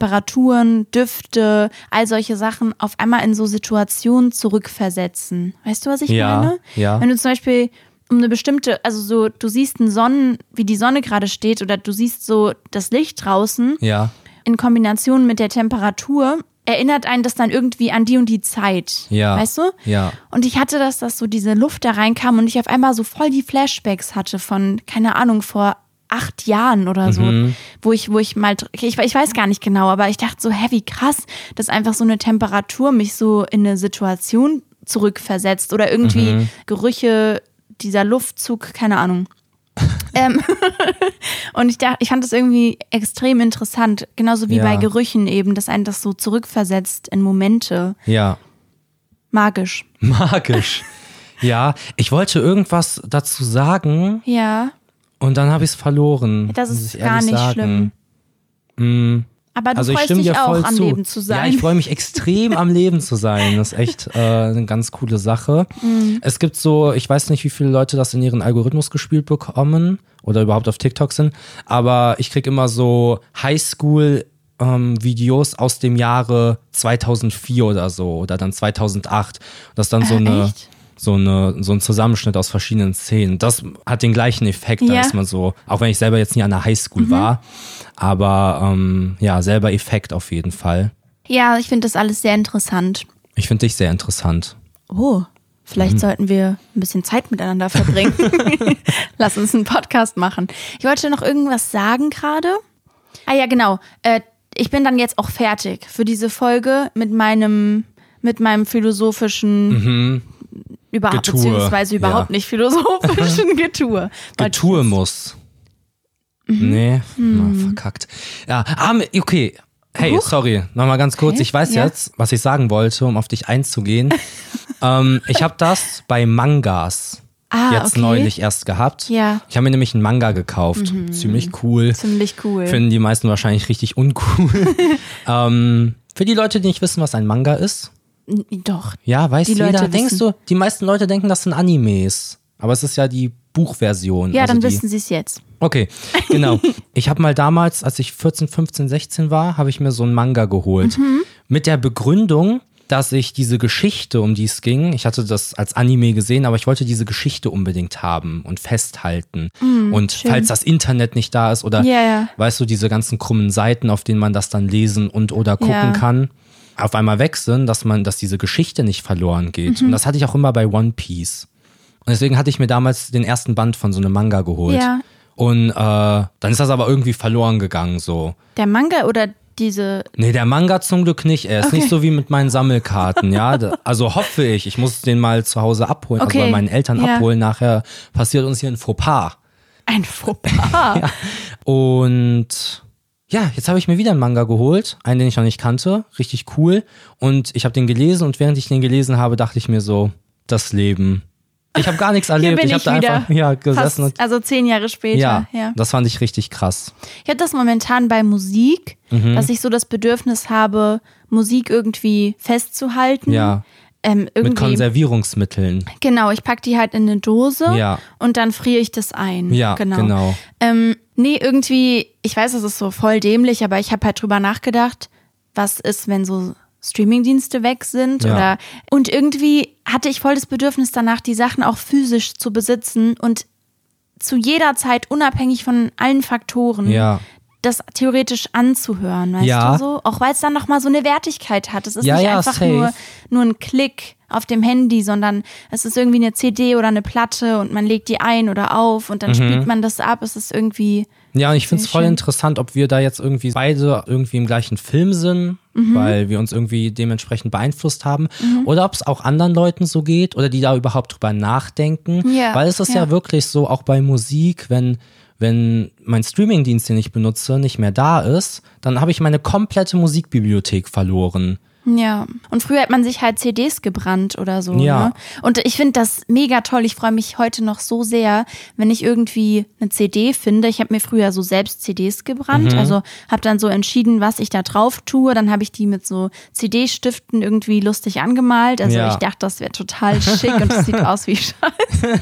Speaker 1: Temperaturen, Düfte, all solche Sachen auf einmal in so Situationen zurückversetzen. Weißt du, was ich
Speaker 2: Ja,
Speaker 1: meine?
Speaker 2: ja.
Speaker 1: Wenn du zum Beispiel um eine bestimmte, also so, du siehst einen Sonnen, wie die Sonne gerade steht oder du siehst so das Licht draußen
Speaker 2: ja.
Speaker 1: in Kombination mit der Temperatur erinnert einen das dann irgendwie an die und die Zeit.
Speaker 2: Ja.
Speaker 1: Weißt du?
Speaker 2: Ja.
Speaker 1: Und ich hatte das, dass so diese Luft da reinkam und ich auf einmal so voll die Flashbacks hatte von, keine Ahnung, vor acht Jahren oder so,
Speaker 2: Mhm.
Speaker 1: wo ich, wo ich mal, dr- ich, ich weiß gar nicht genau, aber ich dachte so, hä, wie krass, dass einfach so eine Temperatur mich so in eine Situation zurückversetzt oder irgendwie
Speaker 2: Mhm.
Speaker 1: Gerüche, dieser Luftzug, keine Ahnung. ähm, und ich dachte, ich fand das irgendwie extrem interessant, genauso wie
Speaker 2: Ja.
Speaker 1: bei Gerüchen eben, dass einen das so zurückversetzt in Momente.
Speaker 2: Ja.
Speaker 1: Magisch.
Speaker 2: Magisch. ja, ich wollte irgendwas dazu sagen
Speaker 1: Ja.
Speaker 2: und dann habe ich es verloren.
Speaker 1: Das
Speaker 2: muss
Speaker 1: ist
Speaker 2: ich
Speaker 1: gar
Speaker 2: ehrlich
Speaker 1: nicht
Speaker 2: sagen.
Speaker 1: schlimm. Aber du
Speaker 2: Also ich
Speaker 1: freust
Speaker 2: stimme
Speaker 1: dich
Speaker 2: dir voll
Speaker 1: auch, am
Speaker 2: zu.
Speaker 1: Leben zu sein.
Speaker 2: Ja, ich freue mich extrem am Leben zu sein. Das ist echt äh, eine ganz coole Sache.
Speaker 1: Mhm.
Speaker 2: Es gibt so, ich weiß nicht, wie viele Leute das in ihren Algorithmus gespielt bekommen oder überhaupt auf TikTok sind, aber ich krieg immer so Highschool ähm, Videos aus dem Jahre 2004 oder so oder dann 2008. Das ist dann so
Speaker 1: Äh,
Speaker 2: eine
Speaker 1: echt?
Speaker 2: so eine so ein Zusammenschnitt aus verschiedenen Szenen. Das hat den gleichen Effekt, da
Speaker 1: Ja. Mhm.
Speaker 2: ist man so, auch wenn ich selber jetzt nie an der Highschool war, aber ähm, ja, selber Effekt auf jeden Fall.
Speaker 1: ja, ich finde das alles sehr interessant.
Speaker 2: Ich finde dich sehr interessant.
Speaker 1: oh, vielleicht
Speaker 2: Mhm.
Speaker 1: sollten wir ein bisschen Zeit miteinander verbringen. Lass uns einen Podcast machen. Ich wollte noch irgendwas sagen gerade. Ah ja, genau. Äh, ich bin dann jetzt auch fertig für diese Folge mit meinem, mit meinem philosophischen überhaupt
Speaker 2: Getue,
Speaker 1: beziehungsweise überhaupt
Speaker 2: Mhm. ja.
Speaker 1: nicht philosophischen Getue. Weil-
Speaker 2: Getue muss.
Speaker 1: Mhm.
Speaker 2: Nee,
Speaker 1: Hm.
Speaker 2: na, verkackt. Ja, ah, mi- okay. Hey, sorry, nochmal ganz kurz.
Speaker 1: Okay,
Speaker 2: Ich weiß
Speaker 1: ja.
Speaker 2: jetzt, was ich sagen wollte, um auf dich einzugehen. ähm, ich habe das bei Mangas
Speaker 1: Ah,
Speaker 2: jetzt
Speaker 1: okay.
Speaker 2: neulich erst gehabt.
Speaker 1: Ja. Mhm.
Speaker 2: Ich habe mir nämlich einen Manga gekauft. Ziemlich cool.
Speaker 1: Ziemlich cool.
Speaker 2: Finden die meisten wahrscheinlich richtig uncool. ähm, für die Leute, die nicht wissen, was ein Manga ist,
Speaker 1: Doch.
Speaker 2: ja, weiß
Speaker 1: Die
Speaker 2: jeder.
Speaker 1: Leute
Speaker 2: Denkst du, die meisten Leute denken, das sind Animes. Aber es ist ja die Buchversion.
Speaker 1: Ja,
Speaker 2: also
Speaker 1: dann
Speaker 2: die,
Speaker 1: wissen sie es jetzt.
Speaker 2: Okay, genau. Ich habe mal damals, als ich 14, 15, 16 war, habe ich mir so einen Manga geholt.
Speaker 1: Mhm.
Speaker 2: Mit der Begründung, dass ich diese Geschichte, um die es ging, ich hatte das als Anime gesehen, aber ich wollte diese Geschichte unbedingt haben und festhalten. und falls das Internet nicht da ist oder,
Speaker 1: Mhm, Ja, ja.
Speaker 2: weißt du, diese ganzen krummen Seiten, auf denen man das dann lesen und oder gucken
Speaker 1: Ja.
Speaker 2: kann, auf einmal weg sind, dass man, dass diese Geschichte nicht verloren
Speaker 1: Mhm.
Speaker 2: geht. Und das hatte ich auch immer bei One Piece. Und deswegen hatte ich mir damals den ersten Band von so einem Manga geholt.
Speaker 1: Ja.
Speaker 2: Und äh, dann ist das aber irgendwie verloren gegangen so.
Speaker 1: Der Manga oder diese.
Speaker 2: Nee, der Manga zum Glück nicht. Er ist nicht so wie mit meinen Sammelkarten, ja. Da- Also hoffe ich, ich muss den mal zu Hause abholen,
Speaker 1: Okay,
Speaker 2: also bei meinen Eltern
Speaker 1: ja.
Speaker 2: abholen. Nachher passiert uns hier ein Fauxpas.
Speaker 1: Ein Fauxpas.
Speaker 2: Und ja, jetzt habe ich mir wieder einen Manga geholt, einen, den ich noch nicht kannte, richtig cool. Und ich habe den gelesen und während ich den gelesen habe, dachte ich mir so, das Leben. Ich habe gar nichts
Speaker 1: Hier
Speaker 2: erlebt.
Speaker 1: bin
Speaker 2: Ich
Speaker 1: ich,
Speaker 2: habe da
Speaker 1: wieder.
Speaker 2: einfach ja,
Speaker 1: Fast,
Speaker 2: gesessen und
Speaker 1: also zehn Jahre später.
Speaker 2: ja,
Speaker 1: Ja.
Speaker 2: das fand ich richtig krass.
Speaker 1: Ich habe das momentan bei Musik,
Speaker 2: Mhm.
Speaker 1: dass ich so das Bedürfnis habe, Musik irgendwie festzuhalten.
Speaker 2: Ja.
Speaker 1: Ähm,
Speaker 2: Mit
Speaker 1: irgendwie,
Speaker 2: Konservierungsmitteln.
Speaker 1: genau, ich packe die halt in eine Dose
Speaker 2: Ja.
Speaker 1: und dann friere ich das ein.
Speaker 2: Ja, genau.
Speaker 1: Ähm, nee, irgendwie, ich weiß, das ist so voll dämlich, aber ich habe halt drüber nachgedacht, was ist, wenn so Streamingdienste weg sind
Speaker 2: Ja.
Speaker 1: oder und irgendwie hatte ich voll das Bedürfnis danach, die Sachen auch physisch zu besitzen und zu jeder Zeit unabhängig von allen Faktoren.
Speaker 2: Ja.
Speaker 1: Das theoretisch anzuhören, weißt
Speaker 2: Ja.
Speaker 1: du so? Auch weil es dann nochmal so eine Wertigkeit hat. Es ist
Speaker 2: Ja,
Speaker 1: nicht
Speaker 2: ja,
Speaker 1: einfach
Speaker 2: safe.
Speaker 1: nur, nur ein Klick auf dem Handy, sondern es ist irgendwie eine CD oder eine Platte und man legt die ein oder auf
Speaker 2: Mhm.
Speaker 1: und dann spielt man das ab. Es ist irgendwie.
Speaker 2: Ja, und ich finde es
Speaker 1: Sehr
Speaker 2: voll
Speaker 1: schön.
Speaker 2: interessant, ob wir da jetzt irgendwie beide irgendwie im gleichen Film sind,
Speaker 1: Mhm.
Speaker 2: weil wir uns irgendwie dementsprechend beeinflusst haben. Oder ob es auch anderen Leuten so geht oder die da überhaupt drüber nachdenken.
Speaker 1: Ja,
Speaker 2: weil es ist ja.
Speaker 1: ja.
Speaker 2: wirklich so, auch bei Musik, wenn, wenn mein Streamingdienst, den ich benutze, nicht mehr da ist, dann habe ich meine komplette Musikbibliothek verloren.
Speaker 1: Ja. Und früher hat man sich halt CDs gebrannt oder so.
Speaker 2: Ja.
Speaker 1: Ne? Und ich finde das mega toll. Ich freue mich heute noch so sehr, wenn ich irgendwie eine CD finde. Ich habe mir früher so selbst CDs gebrannt.
Speaker 2: Mhm.
Speaker 1: Also habe dann so entschieden, was ich da drauf tue. Dann habe ich die mit so CD-Stiften irgendwie lustig angemalt. Also
Speaker 2: Ja.
Speaker 1: ich dachte, das wäre total schick und es sieht aus wie Scheiße.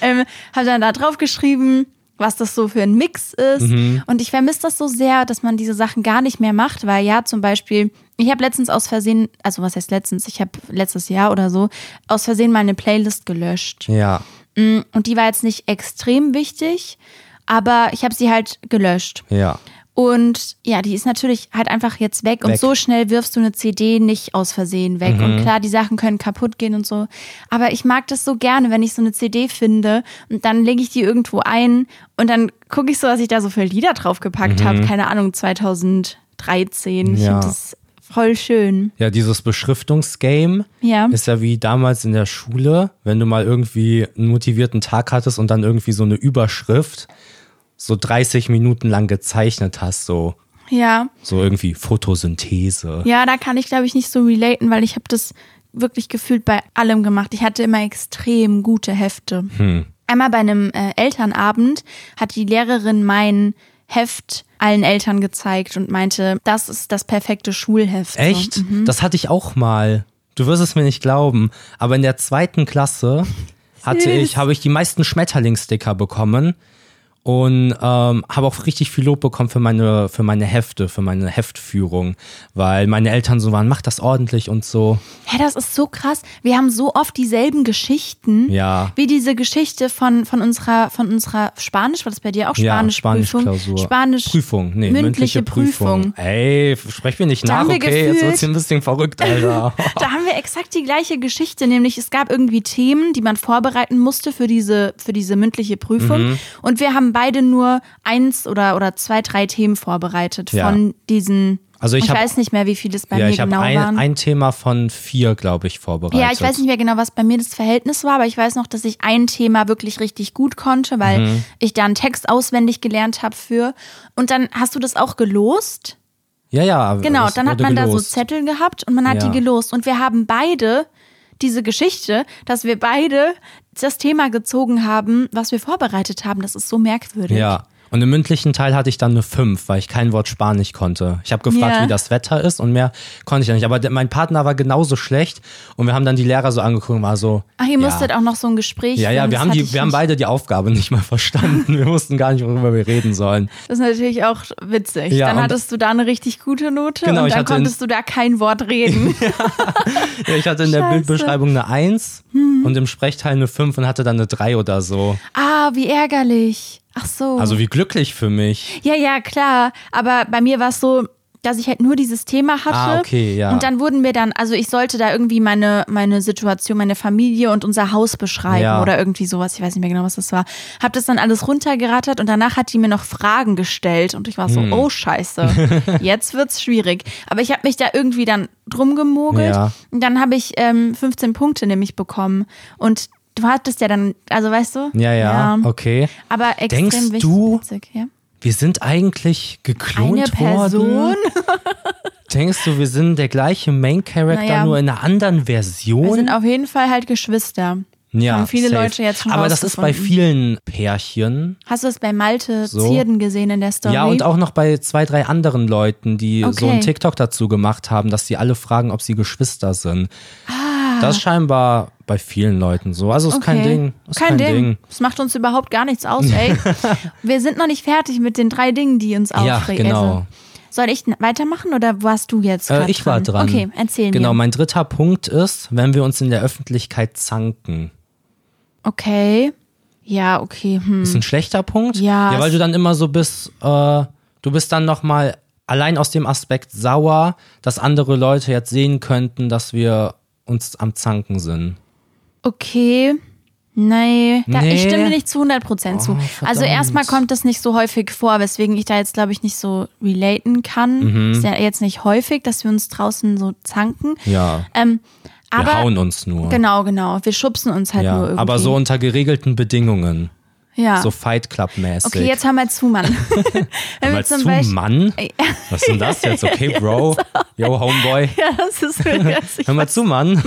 Speaker 1: ähm, habe dann da drauf geschrieben was das so für ein Mix ist. Und ich vermisse das so sehr, dass man diese Sachen gar nicht mehr macht, weil ja zum Beispiel, ich habe letztens aus Versehen, also was heißt letztens, ich habe letztes Jahr oder so, aus Versehen meine Playlist gelöscht.
Speaker 2: Ja.
Speaker 1: Mm, Und die war jetzt nicht extrem wichtig, aber ich habe sie halt gelöscht.
Speaker 2: Ja.
Speaker 1: Und ja, die ist natürlich halt einfach jetzt weg. Und
Speaker 2: Weg. Mhm.
Speaker 1: so schnell wirfst du eine CD nicht aus Versehen weg. Und klar, die Sachen können kaputt gehen und so. Aber ich mag das so gerne, wenn ich so eine CD finde und dann lege ich die irgendwo ein und dann gucke ich so, was ich da so für Lieder draufgepackt habe. Keine Ahnung, 2013. Ich
Speaker 2: Mhm. Ja.
Speaker 1: finde das voll schön.
Speaker 2: Ja, dieses Beschriftungsgame
Speaker 1: Ja.
Speaker 2: ist ja wie damals in der Schule, wenn du mal irgendwie einen motivierten Tag hattest und dann irgendwie so eine Überschrift so 30 Minuten lang gezeichnet hast, so,
Speaker 1: Ja.
Speaker 2: so irgendwie Photosynthese.
Speaker 1: Ja, da kann ich, glaube ich, nicht so relaten, weil ich habe das wirklich gefühlt bei allem gemacht. Ich hatte immer extrem gute Hefte.
Speaker 2: Hm.
Speaker 1: Einmal bei einem äh, Elternabend hat die Lehrerin mein Heft allen Eltern gezeigt und meinte, das ist das perfekte Schulheft.
Speaker 2: Echt?
Speaker 1: So. Mhm.
Speaker 2: Das hatte ich auch mal. Du wirst es mir nicht glauben, aber in der zweiten Klasse hatte ich, habe ich die meisten Schmetterlingssticker bekommen. und ähm, habe auch richtig viel Lob bekommen für meine, für meine Hefte, für meine Heftführung, weil meine Eltern so waren, mach das ordentlich und so.
Speaker 1: Hä, das ist so krass. Wir haben so oft dieselben Geschichten.
Speaker 2: Ja.
Speaker 1: Wie diese Geschichte von, von unserer, von unserer Spanisch, war das bei dir auch Spanisch?
Speaker 2: ja, Spanischklausur.
Speaker 1: Spanisch.
Speaker 2: Prüfung, nee, mündliche, Prüfung. Ey, sprechen wir nicht
Speaker 1: Da
Speaker 2: nach,
Speaker 1: haben wir
Speaker 2: okay? Jetzt
Speaker 1: gefühlt-
Speaker 2: wird's hier ein bisschen verrückt, Alter.
Speaker 1: Da haben wir exakt die gleiche Geschichte, nämlich es gab irgendwie Themen, die man vorbereiten musste für diese, für diese mündliche Prüfung.
Speaker 2: Mhm.
Speaker 1: Und wir haben beide nur eins oder, oder zwei, drei Themen vorbereitet
Speaker 2: Ja.
Speaker 1: von diesen.
Speaker 2: Also ich
Speaker 1: Und
Speaker 2: hab-
Speaker 1: weiß nicht mehr, wie viel es bei
Speaker 2: ja,
Speaker 1: mir
Speaker 2: ich habe
Speaker 1: genau
Speaker 2: ein,
Speaker 1: waren.
Speaker 2: ein Thema von vier, glaube ich, vorbereitet.
Speaker 1: ja, ich weiß nicht mehr genau, was bei mir das Verhältnis war, aber ich weiß noch, dass ich ein Thema wirklich richtig gut konnte, weil
Speaker 2: Mhm.
Speaker 1: ich da einen Text auswendig gelernt habe für. Und dann hast du das auch gelost?
Speaker 2: Ja, ja.
Speaker 1: Genau,
Speaker 2: das
Speaker 1: dann hat
Speaker 2: wurde
Speaker 1: man da so
Speaker 2: gelost.
Speaker 1: Zettel gehabt und man hat
Speaker 2: Ja.
Speaker 1: die gelost. Und wir haben beide diese Geschichte, dass wir beide das Thema gezogen haben, was wir vorbereitet haben. Das ist so merkwürdig.
Speaker 2: Ja. Und im mündlichen Teil hatte ich dann eine 5, weil ich kein Wort Spanisch konnte. Ich habe gefragt,
Speaker 1: Ja.
Speaker 2: wie das Wetter ist und mehr konnte ich ja nicht. Aber der, mein Partner war genauso schlecht und wir haben dann die Lehrer so angeguckt und war so.
Speaker 1: Ach, ihr
Speaker 2: ja.
Speaker 1: musstet auch noch so ein Gespräch
Speaker 2: Ja, ja,
Speaker 1: führen,
Speaker 2: wir
Speaker 1: das
Speaker 2: haben,
Speaker 1: hatte
Speaker 2: die,
Speaker 1: ich
Speaker 2: wir haben
Speaker 1: nicht.
Speaker 2: beide die Aufgabe nicht mal verstanden. Wir wussten gar nicht, worüber wir reden sollen.
Speaker 1: Das ist natürlich auch witzig.
Speaker 2: Ja,
Speaker 1: dann
Speaker 2: und-
Speaker 1: hattest du da eine richtig gute Note
Speaker 2: Genau,
Speaker 1: und
Speaker 2: ich
Speaker 1: dann
Speaker 2: hatte in-
Speaker 1: konntest du da kein Wort reden.
Speaker 2: Ja, ich hatte in der
Speaker 1: Scheiße. Hm.
Speaker 2: Bildbeschreibung eine 1 und im Sprechteil eine 5 und hatte dann eine 3 oder so.
Speaker 1: ah, wie ärgerlich. Ach so.
Speaker 2: Also wie glücklich für mich.
Speaker 1: Ja, ja, klar. Aber bei mir war es so, dass ich halt nur dieses Thema hatte.
Speaker 2: Ah, okay, ja.
Speaker 1: Und dann wurden mir dann, also ich sollte da irgendwie meine, meine Situation, meine Familie und unser Haus beschreiben
Speaker 2: Ja.
Speaker 1: oder irgendwie sowas. Ich weiß nicht mehr genau, was das war. Hab das dann alles runtergerattert und danach hat die mir noch Fragen gestellt und ich war
Speaker 2: Hm.
Speaker 1: so, oh Scheiße, jetzt wird's schwierig. Aber ich habe mich da irgendwie dann drum gemogelt
Speaker 2: Ja.
Speaker 1: und dann habe ich ähm, 15 Punkte nämlich bekommen und Du hattest ja dann, also weißt du?
Speaker 2: Ja, ja, okay.
Speaker 1: Aber extrem
Speaker 2: Denkst
Speaker 1: wichtig,
Speaker 2: du-
Speaker 1: witzig, ja.
Speaker 2: Wir sind eigentlich geklont
Speaker 1: Eine Person?
Speaker 2: worden. Denkst du, wir sind der gleiche Main Character,
Speaker 1: Naja.
Speaker 2: nur in einer anderen Version?
Speaker 1: Wir sind auf jeden Fall halt Geschwister.
Speaker 2: ja,
Speaker 1: haben viele
Speaker 2: safe.
Speaker 1: Leute jetzt schon
Speaker 2: Aber das ist bei
Speaker 1: rausgefunden.
Speaker 2: vielen Pärchen.
Speaker 1: Hast du es bei Malte
Speaker 2: So.
Speaker 1: Zierden gesehen in der Story?
Speaker 2: Ja, und auch noch bei zwei, drei anderen Leuten, die so
Speaker 1: Okay.
Speaker 2: ein TikTok dazu gemacht haben, dass sie alle fragen, ob sie Geschwister sind. Das ist scheinbar bei vielen Leuten so. Also ist kein
Speaker 1: Ah. Okay.
Speaker 2: Ding. Ist
Speaker 1: Kein, Ding. Das macht uns überhaupt gar nichts aus, ey. Wir sind noch nicht fertig mit den drei Dingen, die uns
Speaker 2: Ja,
Speaker 1: aufregen. Also,
Speaker 2: genau.
Speaker 1: Soll ich n- weitermachen oder warst du jetzt
Speaker 2: Äh,
Speaker 1: grad
Speaker 2: ich war dran.
Speaker 1: Okay, erzähl
Speaker 2: Genau,
Speaker 1: mir.
Speaker 2: mein dritter Punkt ist, wenn wir uns in der Öffentlichkeit zanken.
Speaker 1: Okay. Ja, okay. Hm.
Speaker 2: Ist ein schlechter Punkt?
Speaker 1: Ja,
Speaker 2: Ja, weil
Speaker 1: es-
Speaker 2: du dann immer so bist, äh, du bist dann nochmal allein aus dem Aspekt sauer, dass andere Leute jetzt sehen könnten, dass wir uns am Zanken sind.
Speaker 1: Okay. Nee, da, ich
Speaker 2: Nee. Oh,
Speaker 1: stimme nicht zu 100% zu. also
Speaker 2: verdammt.
Speaker 1: erstmal kommt das nicht so häufig vor, weswegen ich da jetzt glaube ich nicht so relaten
Speaker 2: Mhm.
Speaker 1: kann. Ist ja jetzt nicht häufig, dass wir uns draußen so zanken.
Speaker 2: Ja.
Speaker 1: Ähm,
Speaker 2: Wir
Speaker 1: aber
Speaker 2: hauen uns nur.
Speaker 1: Genau, genau. Wir schubsen uns halt nur
Speaker 2: Ja,
Speaker 1: irgendwie.
Speaker 2: aber so unter geregelten Bedingungen.
Speaker 1: ja.
Speaker 2: So Fight Club-mäßig.
Speaker 1: okay, jetzt hör mal zu, Mann. Wenn wir
Speaker 2: Mal
Speaker 1: zum
Speaker 2: zu,
Speaker 1: Beispiel.
Speaker 2: Mann? Was ist denn das jetzt? Okay, Bro. Yo, Homeboy.
Speaker 1: Ja, das ist witzig.
Speaker 2: Hör mal zu, Mann.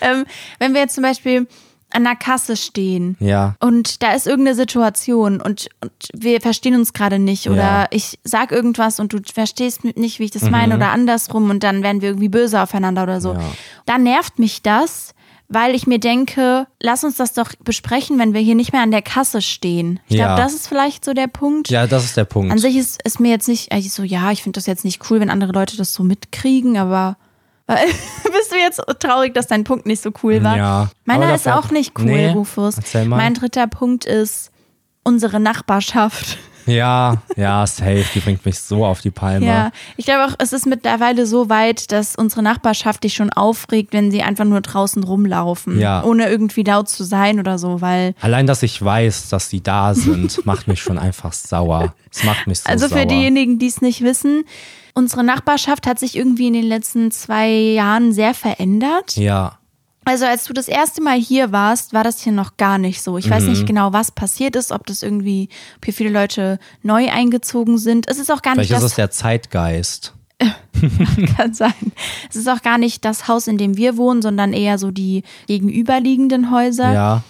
Speaker 1: ähm, wenn wir jetzt zum Beispiel an der Kasse stehen
Speaker 2: Ja.
Speaker 1: und da ist irgendeine Situation und, und wir verstehen uns gerade nicht oder
Speaker 2: Ja. Mhm.
Speaker 1: ich sag irgendwas und du verstehst mit- nicht, wie ich das meine oder andersrum und dann werden wir irgendwie böse aufeinander oder so.
Speaker 2: Ja.
Speaker 1: Da nervt mich das, weil ich mir denke, lass uns das doch besprechen, wenn wir hier nicht mehr an der Kasse stehen. Ich
Speaker 2: Ja.
Speaker 1: glaube, das ist vielleicht so der Punkt.
Speaker 2: Ja, das ist der
Speaker 1: An
Speaker 2: Punkt.
Speaker 1: sich ist, ist mir jetzt nicht, also ich so, ja, ich finde das jetzt nicht cool, wenn andere Leute das so mitkriegen, aber weil- bist du jetzt traurig, dass dein Punkt nicht so cool war?
Speaker 2: Ja. Aber
Speaker 1: Meiner ist
Speaker 2: davor-
Speaker 1: auch nicht cool,
Speaker 2: Nee.
Speaker 1: Rufus.
Speaker 2: Erzähl mal.
Speaker 1: Mein dritter Punkt ist unsere Nachbarschaft.
Speaker 2: Ja, ja, safe. Die bringt mich so auf die Palme.
Speaker 1: Ja, ich glaube auch, es ist mittlerweile so weit, dass unsere Nachbarschaft dich schon aufregt, wenn sie einfach nur draußen rumlaufen,
Speaker 2: Ja.
Speaker 1: ohne irgendwie laut zu sein oder so, weil
Speaker 2: Allein, dass ich weiß, dass sie da sind, macht mich schon einfach sauer. Es macht mich so
Speaker 1: Also für
Speaker 2: sauer.
Speaker 1: diejenigen, die es nicht wissen, unsere Nachbarschaft hat sich irgendwie in den letzten zwei Jahren sehr verändert.
Speaker 2: Ja,
Speaker 1: Also als du das erste Mal hier warst, war das hier noch gar nicht so. Ich weiß
Speaker 2: Mhm.
Speaker 1: nicht genau, was passiert ist, ob das irgendwie, ob hier viele Leute neu eingezogen sind. Es ist auch gar
Speaker 2: vielleicht
Speaker 1: nicht
Speaker 2: ist
Speaker 1: das
Speaker 2: es der Zeitgeist.
Speaker 1: kann sein. Es ist auch gar nicht das Haus, in dem wir wohnen, sondern eher so die gegenüberliegenden Häuser.
Speaker 2: Ja,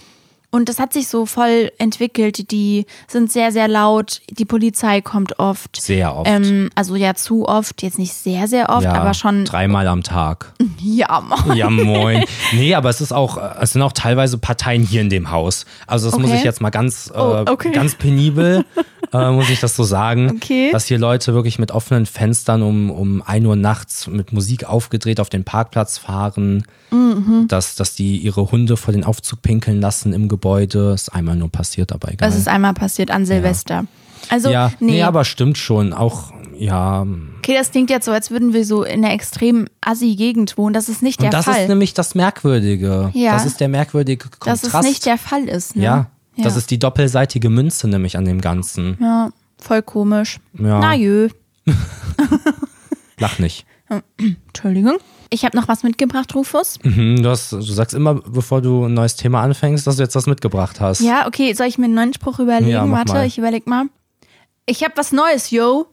Speaker 1: Und das hat sich so voll entwickelt. Die sind sehr, sehr laut. Die Polizei kommt oft.
Speaker 2: Sehr oft.
Speaker 1: Ähm, also ja, zu oft. Jetzt nicht sehr, sehr oft,
Speaker 2: ja,
Speaker 1: aber schon.
Speaker 2: Dreimal am Tag.
Speaker 1: Ja, Mann.
Speaker 2: Ja, moin. Nee, aber es ist auch, äh, es sind auch teilweise Parteien hier in dem Haus. Also das muss
Speaker 1: Okay.
Speaker 2: ich jetzt mal ganz, äh,
Speaker 1: Oh, okay.
Speaker 2: ganz penibel, äh, muss ich das so sagen.
Speaker 1: Okay.
Speaker 2: Dass hier Leute wirklich mit offenen Fenstern um, um 1 Uhr nachts mit Musik aufgedreht auf den Parkplatz fahren.
Speaker 1: Mhm.
Speaker 2: Dass, dass die ihre Hunde vor den Aufzug pinkeln lassen im Gebäude. Ist einmal nur passiert, aber egal.
Speaker 1: Es ist einmal passiert an Silvester. Also,
Speaker 2: ja,
Speaker 1: nee.
Speaker 2: nee, aber stimmt schon. Auch, ja,
Speaker 1: okay, das klingt jetzt so, als würden wir so in einer extrem assi Gegend wohnen. Das ist nicht der
Speaker 2: Und das
Speaker 1: Fall.
Speaker 2: ist nämlich das Merkwürdige.
Speaker 1: Ja.
Speaker 2: Das ist der merkwürdige
Speaker 1: dass
Speaker 2: Kontrast.
Speaker 1: es nicht der Fall ist. Ne?
Speaker 2: ja.
Speaker 1: ja.
Speaker 2: das ist die doppelseitige Münze nämlich an dem Ganzen.
Speaker 1: Ja, voll komisch.
Speaker 2: Ja.
Speaker 1: Na jö.
Speaker 2: Lach nicht.
Speaker 1: Entschuldigung. Ich habe noch was mitgebracht, Rufus.
Speaker 2: Mhm, du, hast, du sagst immer, bevor du ein neues Thema anfängst, dass du jetzt das mitgebracht hast.
Speaker 1: Ja, okay, soll ich mir einen neuen Spruch überlegen?
Speaker 2: Ja, mach
Speaker 1: Warte,
Speaker 2: mal.
Speaker 1: ich überleg mal. Ich habe was Neues, yo.